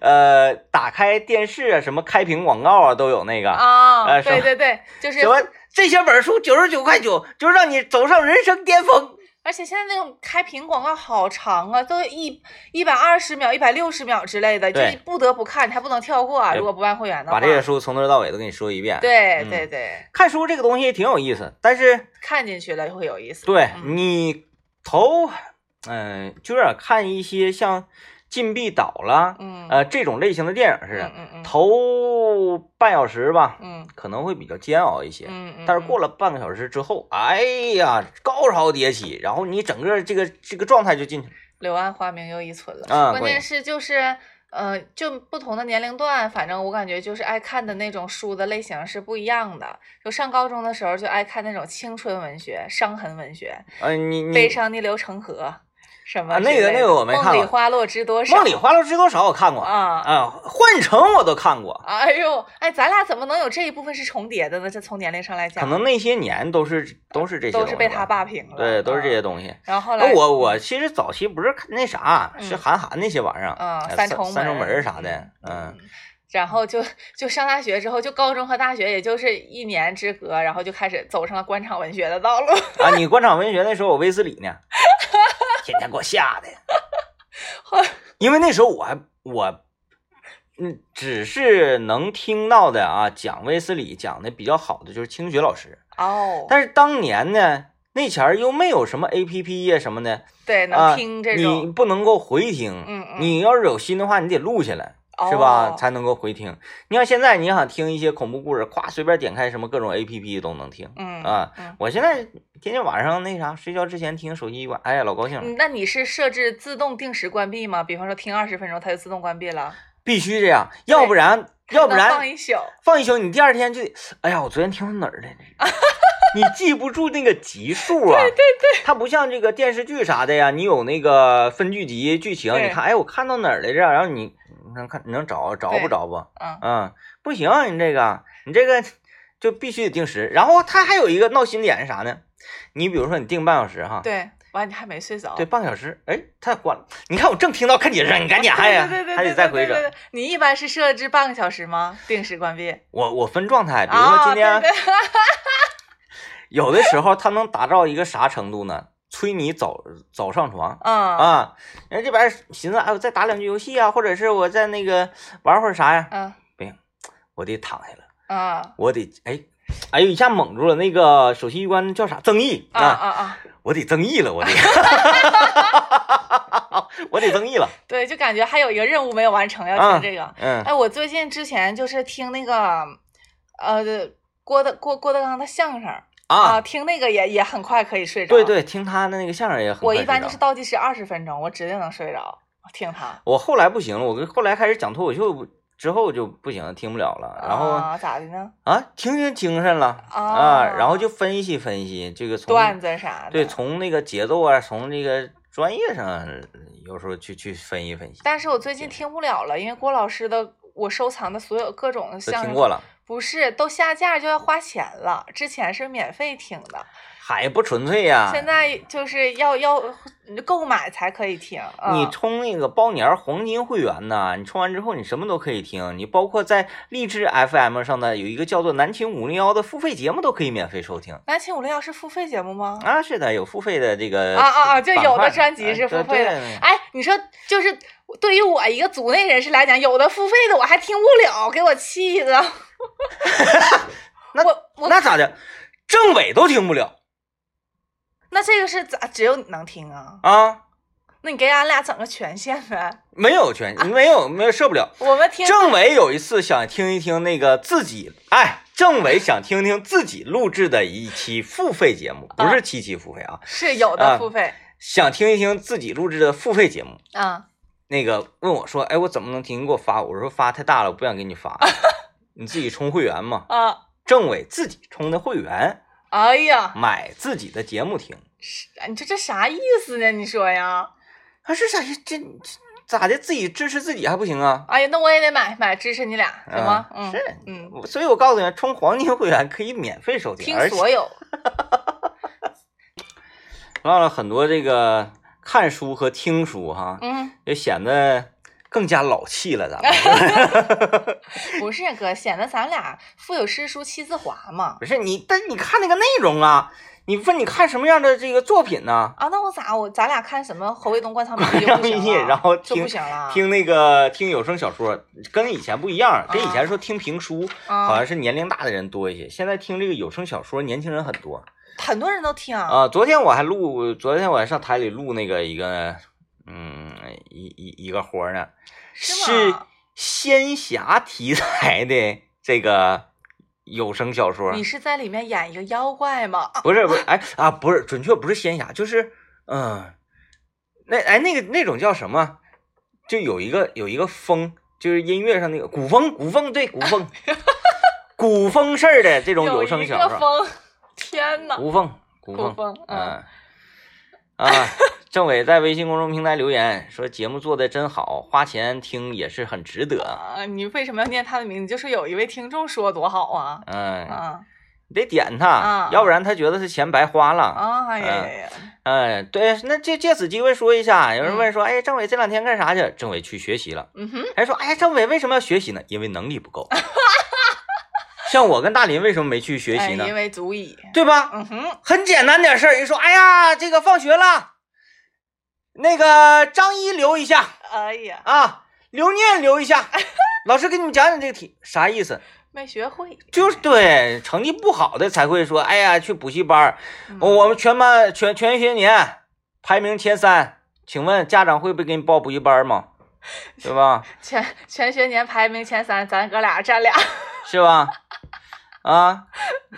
Speaker 1: 呃，打开电视啊，什么开屏广告啊，都有那个。
Speaker 2: 啊、
Speaker 1: 哎什么
Speaker 2: 对对对，就是
Speaker 1: 什么这些本书九十九块九，就让你走上人生巅峰。
Speaker 2: 而且现在那种开屏广告好长啊，都一一百二十秒、一百六十秒之类的，就
Speaker 1: 对
Speaker 2: 是不得不看，你还不能跳过啊、
Speaker 1: 对
Speaker 2: 如果不办会员的话，
Speaker 1: 把这些书从头到尾都给你说一遍。，
Speaker 2: 对嗯
Speaker 1: 嗯
Speaker 2: 对对，
Speaker 1: 看书这个东西挺有意思，但是
Speaker 2: 嗯看进去了会有意思。
Speaker 1: 对
Speaker 2: 嗯
Speaker 1: 你头嗯、就有点看一些像《禁闭岛》啦，
Speaker 2: 嗯，
Speaker 1: 呃这种类型的电影似的，
Speaker 2: 嗯嗯
Speaker 1: 头半小时吧，
Speaker 2: 嗯
Speaker 1: 可能会比较煎熬一些，
Speaker 2: 嗯嗯，
Speaker 1: 但是过
Speaker 2: 了，
Speaker 1: 了半个小时之后，哎呀，高潮迭起，然后你整个这个这个状态就进去了。
Speaker 2: 柳暗花明又一村了。
Speaker 1: 啊
Speaker 2: 关
Speaker 1: 过瘾
Speaker 2: 键是就是。呃，就不同的年龄段，反正我感觉就是爱看的那种书的类型是不一样的。就上高中的时候就爱看那种青春文学、伤痕文学，
Speaker 1: 嗯、你你
Speaker 2: 悲伤逆流成河，什么
Speaker 1: 啊
Speaker 2: 之
Speaker 1: 那个
Speaker 2: 类
Speaker 1: 那
Speaker 2: 的
Speaker 1: 个我没看
Speaker 2: 梦里
Speaker 1: 过
Speaker 2: 花落知
Speaker 1: 《
Speaker 2: 多少。
Speaker 1: 梦里花落知多少》我看过
Speaker 2: 啊
Speaker 1: 啊，幻城》我都看过，
Speaker 2: 哎呦，哎，咱俩怎么能有这一部分是重叠的呢？这从年龄上来讲，
Speaker 1: 可能那些年都是都是这些东
Speaker 2: 都
Speaker 1: 西吧，
Speaker 2: 是被他霸屏了。
Speaker 1: 对，都是这些
Speaker 2: 嗯。
Speaker 1: 东西。
Speaker 2: 然后后来
Speaker 1: 那我我其实早期不是看那啥，
Speaker 2: 嗯
Speaker 1: 是韩寒那些玩意儿，
Speaker 2: 啊
Speaker 1: 哎
Speaker 2: 三
Speaker 1: 三
Speaker 2: 重
Speaker 1: 三重
Speaker 2: 门
Speaker 1: 门儿啥的
Speaker 2: 嗯，
Speaker 1: 嗯，
Speaker 2: 然后就就上大学之后，就高中和大学也就是一年之隔，然后就开始走上了官场文学的道路。
Speaker 1: 啊，你官场文学那时候我卫斯理呢，天天给我吓 的，因为那时候我还我。嗯，只是能听到的啊，讲卫斯理讲的比较好的就是清学老师，
Speaker 2: 哦，
Speaker 1: 但是当年呢，那前儿又没有什么 A P P 呀什么的，
Speaker 2: 对，
Speaker 1: 啊，
Speaker 2: 能听这
Speaker 1: 你
Speaker 2: 种，
Speaker 1: 不能够回听。
Speaker 2: 嗯嗯
Speaker 1: 你要是有心的话，你得录下来，是吧？
Speaker 2: 哦
Speaker 1: 才能够回听。你要现在你想听一些恐怖故事，咵随便点开什么各种 A P P 都能听。
Speaker 2: 嗯
Speaker 1: 啊
Speaker 2: 嗯
Speaker 1: 我现在天天晚上那啥，睡觉之前听手机一关，哎呀，老高兴了，
Speaker 2: 嗯那你是设置自动定时关闭吗？比方说听二十分钟，它就自动关闭了，
Speaker 1: 必须这样，要不然 要不
Speaker 2: 能
Speaker 1: 然
Speaker 2: 放一宿。
Speaker 1: 放一宿，你第二天就得，哎呀，我昨天听到哪儿了呢？ 你记不住那个集数啊？对对对，它不像这个电视剧啥的呀，你有那个分剧集剧情，你
Speaker 2: 对
Speaker 1: 看，哎，我看到哪儿来着？然后你你能看，你能找着不
Speaker 2: 对
Speaker 1: 着不？
Speaker 2: 嗯
Speaker 1: 嗯，不行，你这个你这个就必须得定时。然后它还有一个闹心点是啥呢？你比如说你定半小时哈，
Speaker 2: 对，完你还没睡着。
Speaker 1: 对，半个小时，哎，它关了。你看我正听到看解释，你赶紧还呀
Speaker 2: 啊对对对，对
Speaker 1: 还得再回
Speaker 2: 对对
Speaker 1: 整。
Speaker 2: 对对你一般是设置半个小时吗？定时关闭。
Speaker 1: 我我分状态，比如说
Speaker 2: 啊，
Speaker 1: 今天。
Speaker 2: 对对
Speaker 1: 有的时候他能达到一个啥程度呢？催你早早上床
Speaker 2: 嗯
Speaker 1: 啊！人这边儿寻思，哎，我再打两局游戏啊，或者是我再那个玩会儿啥呀？
Speaker 2: 嗯
Speaker 1: 我得躺下了，
Speaker 2: 啊
Speaker 1: 我得哎，哎呦一下蒙住了。那个首席医官叫啥？曾毅
Speaker 2: 啊啊啊！
Speaker 1: 我得曾毅了， 我得，我得曾毅了。
Speaker 2: 对，就感觉还有一个任务没有完成，要听这个。
Speaker 1: 嗯
Speaker 2: 哎，我最近之前就是听那个，呃，郭德郭郭德纲的相声
Speaker 1: 啊，
Speaker 2: 听那个也也很快可以睡着。
Speaker 1: 对，对，听他的那个相声也很
Speaker 2: 啊我
Speaker 1: 快
Speaker 2: 一般
Speaker 1: 睡
Speaker 2: 就
Speaker 1: 着
Speaker 2: 是倒计时二十分钟，我指定能睡着，我听他。
Speaker 1: 我后来不行了，我后来开始讲脱口秀之后就不行了，听不了了。然后
Speaker 2: 啊、咋的呢？
Speaker 1: 啊，听听精神了
Speaker 2: 啊
Speaker 1: 然后就分析分析这个从
Speaker 2: 段子啥的。
Speaker 1: 对从那个节奏啊，从这个专业上，有时候去去分析分析，
Speaker 2: 但是我最近听不了了，因为郭老师的我收藏的所有各种的
Speaker 1: 都
Speaker 2: 相
Speaker 1: 听
Speaker 2: 声，
Speaker 1: 过了，
Speaker 2: 不是都下架就要花钱了，之前是免费听的，
Speaker 1: 还不纯粹呀、
Speaker 2: 现在就是要要购买才可以听。嗯、
Speaker 1: 你充那个包年黄金会员呐，你充完之后你什么都可以听，你包括在荔枝 FM 上呢有一个叫做《南秦五零幺》的付费节目都可以免费收听
Speaker 2: 南秦五零幺是付费节目吗？
Speaker 1: 啊，是的，有付费的这个
Speaker 2: 啊啊啊！就
Speaker 1: 板
Speaker 2: 有
Speaker 1: 块
Speaker 2: 的专辑
Speaker 1: 哎
Speaker 2: 是付
Speaker 1: 对
Speaker 2: 费的
Speaker 1: 对。
Speaker 2: 哎，你说就是对于我一个组内人士来讲，有的付费的我还听不了，给我气的。
Speaker 1: 那
Speaker 2: 我我
Speaker 1: 那咋的？政委都听不了
Speaker 2: 那这个是咋？只有你能听啊？
Speaker 1: 啊。
Speaker 2: 那你给俺俩整个权限呗，
Speaker 1: 没有权，
Speaker 2: 啊
Speaker 1: 没有没有受不了。
Speaker 2: 我们听
Speaker 1: 政委有一次想听一听那个自己，哎，政委想听听自己录制的一期付费节目，不是七期付费啊，
Speaker 2: 是有
Speaker 1: 啊
Speaker 2: 的付费
Speaker 1: 想听一听自己录制的付费节目。
Speaker 2: 啊。
Speaker 1: 那个问我说，哎，我怎么能听？你给我发。我说发太大了，我不想给你 发。你自己充会员嘛，
Speaker 2: 啊，
Speaker 1: 政委自己充的会员，
Speaker 2: 哎呀，
Speaker 1: 买自己的节目听。
Speaker 2: 是你这这啥意思呢？你说呀？
Speaker 1: 啊，是啥意思？这这咋的？自己支持自己还不行啊？
Speaker 2: 哎呀，那我也得买买支持你俩，行吗？
Speaker 1: 嗯
Speaker 2: 嗯，
Speaker 1: 是
Speaker 2: 嗯，
Speaker 1: 我所以，我告诉你，啊充黄金会员可以免费收听，
Speaker 2: 听
Speaker 1: 而且
Speaker 2: 所有
Speaker 1: 同样了很多这个看书和听书哈，
Speaker 2: 嗯。
Speaker 1: 也显得更加老气了。咱 们
Speaker 2: 不是哥，显得咱俩腹有诗书气自华嘛。
Speaker 1: 不是你，但你看那个内容啊，你问你看什么样的这个作品呢？
Speaker 2: 啊，那我咋我咱俩看什么侯卫 东观察秘密就
Speaker 1: 然后
Speaker 2: 不行
Speaker 1: 你
Speaker 2: 了，
Speaker 1: 然后
Speaker 2: 就
Speaker 1: 听
Speaker 2: 不行了。嗯
Speaker 1: 听那个听有声小说，跟以前不一样，跟以前说听评书，好
Speaker 2: 啊
Speaker 1: 像，是年龄大的人多一些，现在听这个有声小说，年轻人很多。
Speaker 2: 很多人都听啊，
Speaker 1: 啊，昨天我还录，昨天我还上台里录那个一个，嗯，一一一个活儿呢，
Speaker 2: 是
Speaker 1: 是
Speaker 2: 吗
Speaker 1: 仙侠题材的这个有声小说，
Speaker 2: 你是在里面演一个妖怪吗？啊
Speaker 1: 不是不是，哎啊，不是，准确不是仙侠，就是嗯、那哎那个那种叫什么？就有一个有一个风，就是音乐上那个古风，古风对古 风，古风式儿的这种
Speaker 2: 有
Speaker 1: 有
Speaker 2: 一
Speaker 1: 声小
Speaker 2: 个
Speaker 1: 说，
Speaker 2: 风，天哪！
Speaker 1: 古风古
Speaker 2: 古
Speaker 1: 风。
Speaker 2: 风，嗯，
Speaker 1: 嗯，啊， 政委在微信公众平台留言说节目做的真好，花钱听也是很值得。
Speaker 2: 啊，你为什么要念他的名字？就是有一位听众说多好啊，
Speaker 1: 嗯，
Speaker 2: 啊
Speaker 1: 你得点他，
Speaker 2: 啊
Speaker 1: 要不然他觉得是钱白花了。
Speaker 2: 啊，哎呀呀呀，
Speaker 1: 嗯，对，那借借此机会说一下，有人
Speaker 2: 嗯
Speaker 1: 问说，哎，政委这两天干啥去？政委去学习了。
Speaker 2: 嗯哼，
Speaker 1: 还说，哎，政委为什么要学习呢？因为能力不 够。像我跟大林为什么没去学
Speaker 2: 哎，
Speaker 1: 习呢
Speaker 2: 因？为足以，
Speaker 1: 对吧？
Speaker 2: 嗯哼，
Speaker 1: 很简单点事儿，人说，哎呀，这个放学了，那个张一留一下。
Speaker 2: 哎呀，
Speaker 1: 啊，留念留一 下。老师给你们讲讲这个题啥意思，
Speaker 2: 没学会，
Speaker 1: 就是对成绩不好的才会说，哎呀，去补习班儿。
Speaker 2: 嗯
Speaker 1: 我们全班全全学年排名前三，请问家长会不会给你报补习班儿吗？对吧？
Speaker 2: 全全学年排名前三，咱哥俩占俩，
Speaker 1: 是吧？啊，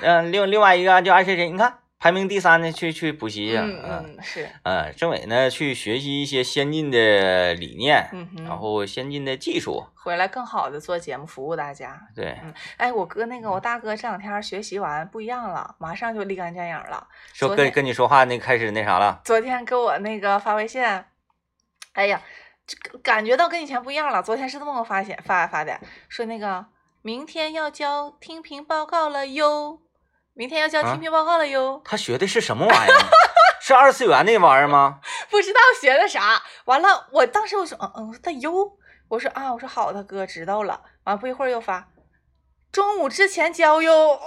Speaker 1: 嗯、另另外一个就爱谁谁，你看排名第三的去去补习去，
Speaker 2: 嗯
Speaker 1: 嗯
Speaker 2: 嗯，是，
Speaker 1: 嗯，政委呢去学习一些先进的理念，
Speaker 2: 嗯哼，
Speaker 1: 然后先进的技术，
Speaker 2: 回来更好的做节目服务大家。
Speaker 1: 对，
Speaker 2: 哎，我哥那个
Speaker 1: 嗯
Speaker 2: 我大哥这两天学习完不一样了，马上就立竿见影了。
Speaker 1: 说
Speaker 2: 昨
Speaker 1: 跟
Speaker 2: 天
Speaker 1: 跟你说话那开始那啥了。
Speaker 2: 昨天给我那个发微信，哎呀，这个感觉到跟以前不一样了。昨天是这么给我发现发发的，说那个明天要交听评报告了哟，明天要交
Speaker 1: 啊
Speaker 2: 听评报告了哟，
Speaker 1: 他学的是什么玩意儿？ 是二次元那玩意儿吗？
Speaker 2: 不知道学的啥。完了，我当时我说，嗯嗯，他哟，我说啊，我说好的哥知道了。完不一会儿又发，中午之前交哟，哇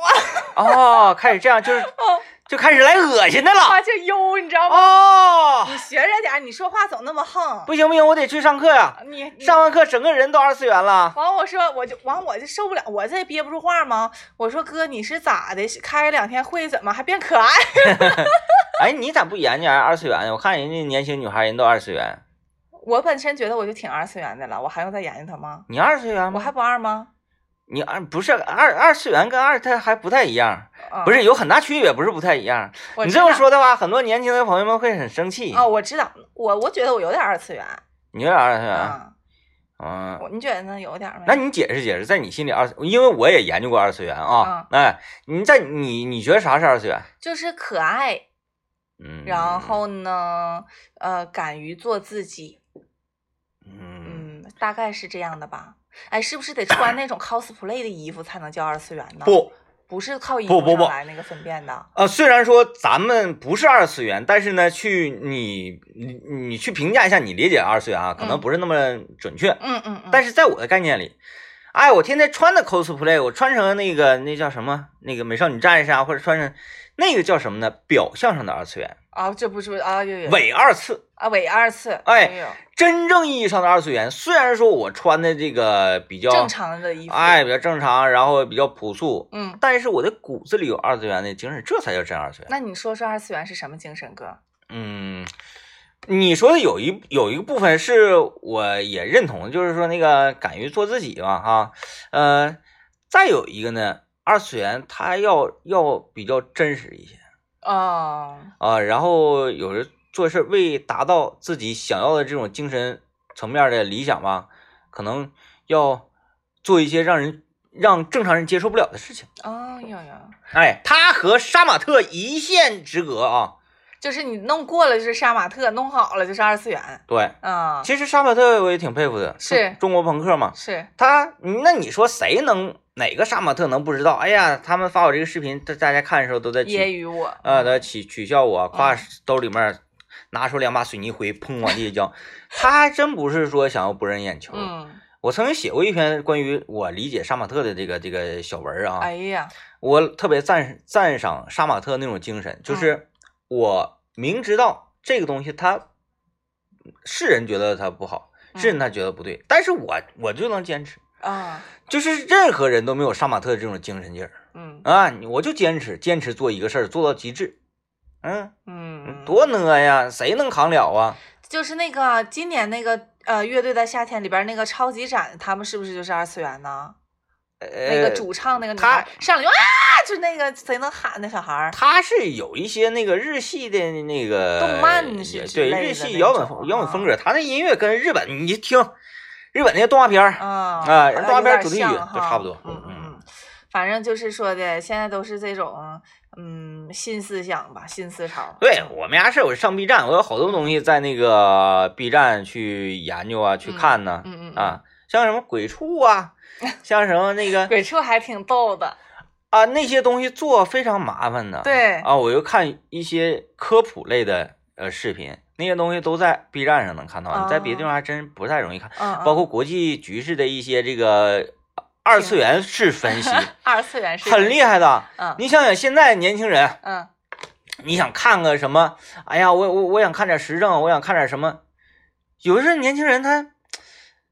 Speaker 1: 哦，开始这样就是
Speaker 2: 哦
Speaker 1: 就开始来恶心的了。
Speaker 2: 哇这哟，你知道吗？
Speaker 1: 哦，
Speaker 2: 你学着点儿，你说话总那么横，
Speaker 1: 不行不行，我得去上课呀！
Speaker 2: 你你
Speaker 1: 上完课整个人都二次元了。
Speaker 2: 完，我说我就完，我就受不了，我这憋不住话吗？我说哥，你是咋的？开了两天会，怎么还变可爱？
Speaker 1: 哎，你咋不研究二次元呢？我看人家年轻女孩人都二次元，
Speaker 2: 我本身觉得我就挺二次元的了，我还用再研究他吗？
Speaker 1: 你二次元
Speaker 2: 我
Speaker 1: 吗？
Speaker 2: 还不二吗？
Speaker 1: 你二不是二二次元跟二它还不太一样，
Speaker 2: 啊、
Speaker 1: 不，是有很大区别，不是不太一样。
Speaker 2: 我
Speaker 1: 你
Speaker 2: 知
Speaker 1: 这么
Speaker 2: 道
Speaker 1: 说的话，很多年轻的朋友们会很生气。
Speaker 2: 哦，我知道，我我觉得我有点二次元
Speaker 1: 你有点二次元，
Speaker 2: 啊，
Speaker 1: 嗯，
Speaker 2: 我你觉得呢？有点吗？
Speaker 1: 那你解释解释，在你心里二次，因为我也研究过二次元啊
Speaker 2: 啊。
Speaker 1: 哎，你在你你觉得啥是二次元？
Speaker 2: 就是可爱，
Speaker 1: 嗯，
Speaker 2: 然后呢，呃，敢于做自己，
Speaker 1: 嗯，
Speaker 2: 嗯，大概是这样的吧。哎，是不是得穿那种 cosplay 的衣服才能叫二次元呢？，
Speaker 1: 不
Speaker 2: 不是靠衣
Speaker 1: 不
Speaker 2: 服
Speaker 1: 不不
Speaker 2: 上来那个分辨的。
Speaker 1: 呃，虽然说咱们不是二次元，但是呢，去你你你去评价一下你理解的二次元啊，可能
Speaker 2: 嗯
Speaker 1: 不是那么准确，
Speaker 2: 嗯嗯嗯。
Speaker 1: 但是在我的概念里。哎，我天天穿的 cosplay，我穿成那个那叫什么，那个美少女战士啊，或者穿成那个叫什么呢？表象上的二次元，
Speaker 2: 啊，这不是啊，有有
Speaker 1: 伪二次。
Speaker 2: 啊伪二次，
Speaker 1: 哎
Speaker 2: 有有
Speaker 1: 真正意义上的二次元，虽然说我穿的这个比较
Speaker 2: 正，常的衣服，
Speaker 1: 哎，比较正常，然后比较朴素，
Speaker 2: 嗯，
Speaker 1: 但是我的骨子里有二次元的精神，这才叫真二次元。
Speaker 2: 那你说说二次元是什么精神哥？
Speaker 1: 嗯，你说的有一有一个部分是我也认同的，就是说那个敢于做自己嘛，哈，呃，再有一个呢，二次元它要要比较真实一些
Speaker 2: 哦，
Speaker 1: 啊、然后有人做事为达到自己想要的这种精神层面的理想吧，可能要做一些让人让正常人接受不了的事情。
Speaker 2: 哦有有，
Speaker 1: 哎，他和杀马特一线之隔啊。
Speaker 2: 就是你弄过了就是杀马特，弄好了就是二次元
Speaker 1: 对，
Speaker 2: 啊，
Speaker 1: 其实杀马特我也挺佩服的，
Speaker 2: 是
Speaker 1: 中中国朋克嘛。
Speaker 2: 是
Speaker 1: 他，那你说谁能哪个杀马特能不知道？哎呀，他们发我这个视频，大大家看的时候都在
Speaker 2: 揶
Speaker 1: 取
Speaker 2: 揄我
Speaker 1: 啊，他取取笑我，夸
Speaker 2: 嗯
Speaker 1: 兜里面拿出两把水泥灰，砰往地下浇。他还真不是说想要博人眼球。
Speaker 2: 嗯，
Speaker 1: 我曾经写过一篇关于我理解杀马特的这个这个小文儿啊，
Speaker 2: 哎呀，
Speaker 1: 我特别赞赞赏杀马特那种精神，
Speaker 2: 嗯
Speaker 1: 就是我明知道这个东西它是人觉得它不好，是
Speaker 2: 嗯
Speaker 1: 人他觉得不对，但是我我就能坚持，
Speaker 2: 啊，
Speaker 1: 就是任何人都没有杀马特这种精神劲儿
Speaker 2: 嗯
Speaker 1: 啊，你我就坚持坚持做一个事儿做到极致，嗯，
Speaker 2: 嗯，
Speaker 1: 多呢呀，谁能扛了啊？
Speaker 2: 就是那个今年那个呃乐队的夏天里边那个超级展，他们是不是就是二次元呢？那
Speaker 1: 呃
Speaker 2: 个，主唱那个女
Speaker 1: 她
Speaker 2: 孩上来就啊，就那个谁能喊那小孩儿，
Speaker 1: 他是有一些那个日系的那个
Speaker 2: 动漫是
Speaker 1: 也
Speaker 2: 之
Speaker 1: 对
Speaker 2: 类的
Speaker 1: 日系
Speaker 2: 那
Speaker 1: 摇滚
Speaker 2: 种
Speaker 1: 摇滚风
Speaker 2: 啊
Speaker 1: 格，他那音乐跟日本，你听日本那些动画片儿，
Speaker 2: 啊
Speaker 1: 啊
Speaker 2: 好像
Speaker 1: 动画
Speaker 2: 有
Speaker 1: 片
Speaker 2: 点
Speaker 1: 主题曲
Speaker 2: 像
Speaker 1: 就
Speaker 2: 哈
Speaker 1: 差不多
Speaker 2: 嗯
Speaker 1: 嗯
Speaker 2: 嗯嗯，反正就是说的，现在都是这种嗯新思想吧，新思潮。
Speaker 1: 对我没啥事儿，我上 B 站，我有好多东西在那个 B 站去研究啊，去看呢、
Speaker 2: 嗯嗯嗯
Speaker 1: 啊，像什么鬼畜啊，像什么那个
Speaker 2: 鬼畜还挺逗的，
Speaker 1: 啊那些东西做非常麻烦的。
Speaker 2: 对
Speaker 1: 啊，我又看一些科普类的呃视频，那些东西都在 B 站上能看到，你在别的地方还真不太容易看，
Speaker 2: 嗯，嗯
Speaker 1: 包括国际局势的一些这个二次元式分析，
Speaker 2: 二次元是
Speaker 1: 很厉害的。
Speaker 2: 嗯
Speaker 1: 你想想现在年轻人。
Speaker 2: 嗯
Speaker 1: 你想看个什么？哎呀，我我我想看点时政，我想看点什么？有的时候年轻人他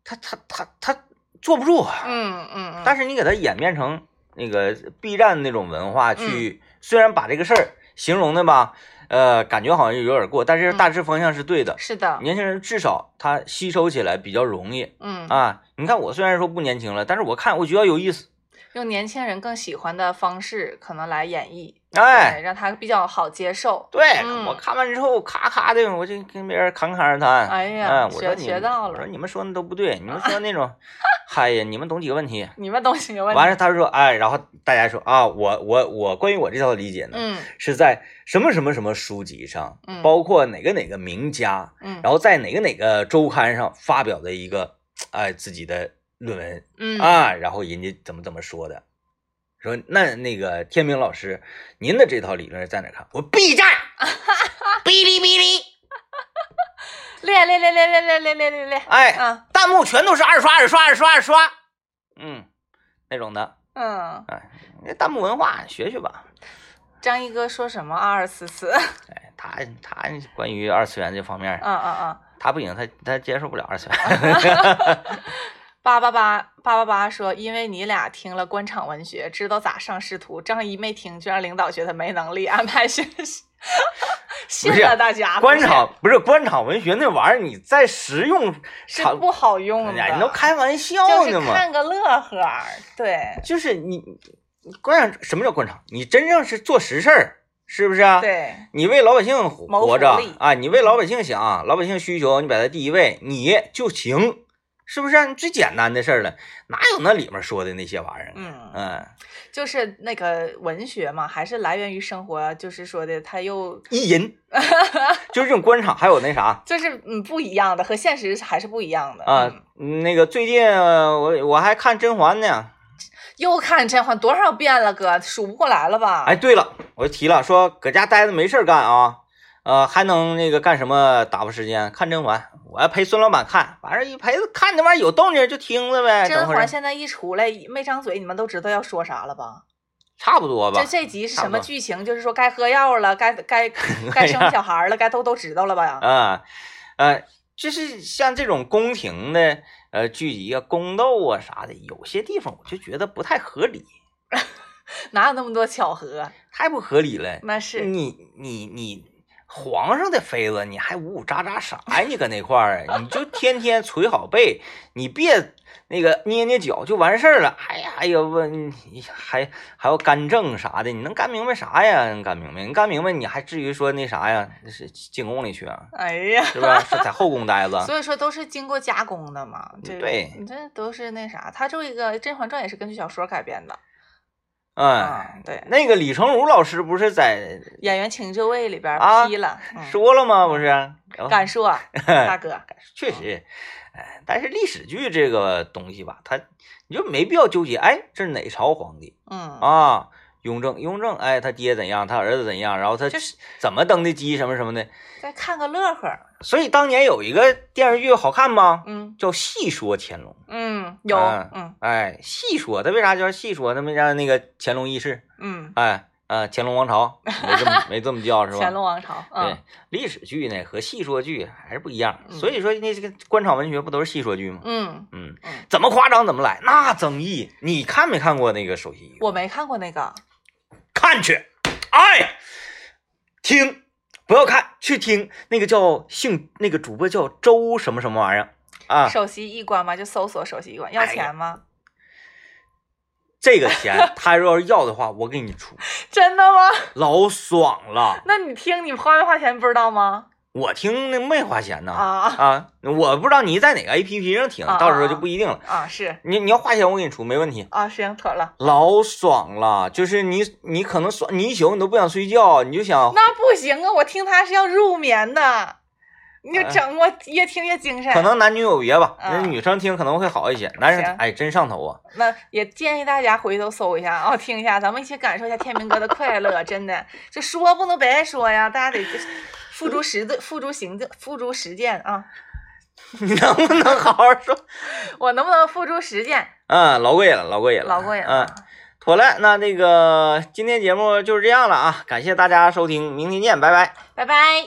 Speaker 1: 他他他他坐不住，啊
Speaker 2: 嗯嗯嗯，
Speaker 1: 但是你给他演变成那个 B 站那种文化
Speaker 2: 嗯
Speaker 1: 去，虽然把这个事儿形容的吧，呃，感觉好像有点过，但是大致方向是对的。
Speaker 2: 嗯是的，
Speaker 1: 年轻人至少他吸收起来比较容易
Speaker 2: 嗯，
Speaker 1: 啊！你看我虽然说不年轻了，但是我看我觉得有意思，
Speaker 2: 用年轻人更喜欢的方式可能来演绎，
Speaker 1: 哎
Speaker 2: 对，，让他比较好接受。
Speaker 1: 对、
Speaker 2: 嗯
Speaker 1: 我看完之后，咔咔的，我就跟别人侃侃而谈。
Speaker 2: 哎呀
Speaker 1: 嗯我
Speaker 2: 学
Speaker 1: 说你
Speaker 2: 学到了
Speaker 1: 我说你们说的都不对，你们说那 种，嗨呀，你们懂几个问题？
Speaker 2: 你们东西有问题，
Speaker 1: 完了，他说，哎，然后大家说啊，我我我关于我这套理解呢，
Speaker 2: 嗯
Speaker 1: 是在什么什么什么书籍上，
Speaker 2: 嗯
Speaker 1: 包括哪个哪个名家，
Speaker 2: 嗯
Speaker 1: 然后在哪个哪个周刊上发表的一个，哎，自己的论文
Speaker 2: 嗯
Speaker 1: 啊，然后人家怎么怎么说的，说那那个天明老师，您的这套理论是在哪儿看？我 B 站，哔哩哔哩，
Speaker 2: 练练练练练练练练练练，
Speaker 1: 哎，
Speaker 2: 嗯
Speaker 1: 弹幕全都是二刷二刷二刷二刷，嗯，那种的，
Speaker 2: 嗯，
Speaker 1: 哎，那弹幕文化学学吧。
Speaker 2: 张一哥说什么二二四四，
Speaker 1: 哎，他他关于二次元这方面，
Speaker 2: 嗯嗯嗯，
Speaker 1: 他不行，他他接受不了二次元。
Speaker 2: 八八八八八八说，因为你俩听了官场文学，知道咋上仕途，张一没听，就让领导觉得没能力安排学习， 信了大家，
Speaker 1: 官
Speaker 2: 不是
Speaker 1: 场不是官场文学那玩意儿，你在实用
Speaker 2: 是
Speaker 1: 场，
Speaker 2: 不好用的，
Speaker 1: 哎呀，你都开玩笑
Speaker 2: 就是
Speaker 1: 呢嘛。
Speaker 2: 看个乐呵儿，对
Speaker 1: 就是你你官场什么叫官场？你真正是做实事儿，是不是啊？，
Speaker 2: 对，
Speaker 1: 你为老百姓活
Speaker 2: 谋福
Speaker 1: 活着
Speaker 2: 利
Speaker 1: 啊，你为老百姓想，老百姓需求你摆在第一位，你就行，是不是、啊？你最简单的事儿了，哪有那里面说的那些玩意儿啊？
Speaker 2: 嗯。
Speaker 1: 嗯，
Speaker 2: 就是那个文学嘛，还是来源于生活，就是说的，它又
Speaker 1: 意 淫，就是这种官场，还有那啥。
Speaker 2: 就是嗯不一样的，和现实还是不一样的
Speaker 1: 啊
Speaker 2: 嗯，
Speaker 1: 那个最近呃我我还看甄嬛呢。
Speaker 2: 又看甄嬛多少遍了，哥数不过来了吧？
Speaker 1: 哎，，对了，我就提了，说搁家待着没事儿干啊，呃，还能那个干什么打发时间？看甄嬛，我要陪孙老板看，完事儿一陪着看那玩意儿有动静就听着呗，
Speaker 2: 甄
Speaker 1: 哎等会儿
Speaker 2: 嬛现在一出来没张嘴，你们都知道要说啥了吧？
Speaker 1: 差不多吧
Speaker 2: 这。这集是
Speaker 1: 差
Speaker 2: 什
Speaker 1: 不多
Speaker 2: 么剧情？就是说该喝药了，该 该该生小孩了，该都都知道了吧？
Speaker 1: 啊，呃，就是像这种宫廷的呃剧集啊、宫斗啊啥的，有些地方我就觉得不太合理，
Speaker 2: 哪有那么多巧合？
Speaker 1: 太不合理了。
Speaker 2: 那是
Speaker 1: 你你你皇上的妃子，你还呜呜喳喳啥呀？你搁那块儿啊，你就天天捶好背，你别那个捏捏脚就完事儿了。哎呀，哎呀，问你还还要干政啥的，你能干明白啥呀？你干明白，你干明白，你还至于说那啥呀？那是进宫里去啊，
Speaker 2: 哎呀。
Speaker 1: 是吧？是在后宫待着。
Speaker 2: 所以说都是经过加工的嘛，这个
Speaker 1: 对
Speaker 2: 你这都是那啥，它这个《甄嬛传》也是根据小说改编的，
Speaker 1: 嗯，
Speaker 2: 嗯，对，
Speaker 1: 那个李成儒老师不是在
Speaker 2: 演员请就位里边
Speaker 1: 啊
Speaker 2: 批了，嗯
Speaker 1: 说了吗？不是，然后
Speaker 2: 敢 说大哥，
Speaker 1: 确实，哎，但是历史剧这个东西吧，它你就没必要纠结，哎，这是哪朝皇帝
Speaker 2: 嗯，
Speaker 1: 啊？雍正，雍正，哎，他爹怎样，他儿子怎样，然后他
Speaker 2: 就是
Speaker 1: 怎么登的基，什么什么的。
Speaker 2: 再看个乐呵儿，
Speaker 1: 所以当年有一个电视剧好看吗？
Speaker 2: 嗯
Speaker 1: 叫《戏说乾隆》。
Speaker 2: 嗯，有，
Speaker 1: 啊
Speaker 2: 嗯
Speaker 1: 哎，戏说它为啥叫戏说？它没叫那个乾隆轶事，
Speaker 2: 嗯，
Speaker 1: 哎，啊，乾隆王朝没这 么没这么叫是吧？
Speaker 2: 乾隆王朝，
Speaker 1: 对
Speaker 2: 嗯，
Speaker 1: 历史剧呢和戏说剧还是不一样，
Speaker 2: 嗯
Speaker 1: 所以说那这个官场文学不都是戏说剧吗？
Speaker 2: 嗯，
Speaker 1: 嗯
Speaker 2: 嗯，
Speaker 1: 怎么夸张怎么来，那争议，你看没看过那个首席？
Speaker 2: 我没看过那个，
Speaker 1: 看去，哎，听，不要看，去听那个叫姓那个主播叫周什么什么玩意儿啊，
Speaker 2: 首席一关嘛，就搜索首席一关，要
Speaker 1: 哎呀
Speaker 2: 钱吗？
Speaker 1: 这个 钱他要是要的话，我给你出，
Speaker 2: 真的吗？
Speaker 1: 老爽了。
Speaker 2: 那你听，你花没花钱不知道吗？
Speaker 1: 我听那没花钱呢
Speaker 2: 啊
Speaker 1: 啊，我不知道你在哪个 A P P 上听，
Speaker 2: 啊
Speaker 1: 到时候就不一定了。
Speaker 2: 啊是
Speaker 1: 你你要花钱，我给你出，没问题。
Speaker 2: 啊，行，妥了。
Speaker 1: 老爽了，就是你你可能爽，你一宿你都不想睡觉，你就想
Speaker 2: 那不行啊，我听他是要入眠的，你就
Speaker 1: 哎
Speaker 2: 整我越听越精神。
Speaker 1: 可能男女有别吧，那
Speaker 2: 啊
Speaker 1: 女生听可能会好一些，男生
Speaker 2: 行
Speaker 1: 哎真上头啊，
Speaker 2: 那也建议大家回头搜一下啊、听一下，咱们一起感受一下天明哥的快乐。 真的，就说不能白说呀，大家得付诸实践，付诸行动，付诸实践啊！
Speaker 1: 你能不能好好说？
Speaker 2: 我能不能付诸实践？
Speaker 1: 嗯，老过瘾了，老过瘾了，
Speaker 2: 老过瘾了
Speaker 1: 嗯，妥了，那这个今天节目就是这样了啊，感谢大家收听，明天见，拜拜。
Speaker 2: 拜拜。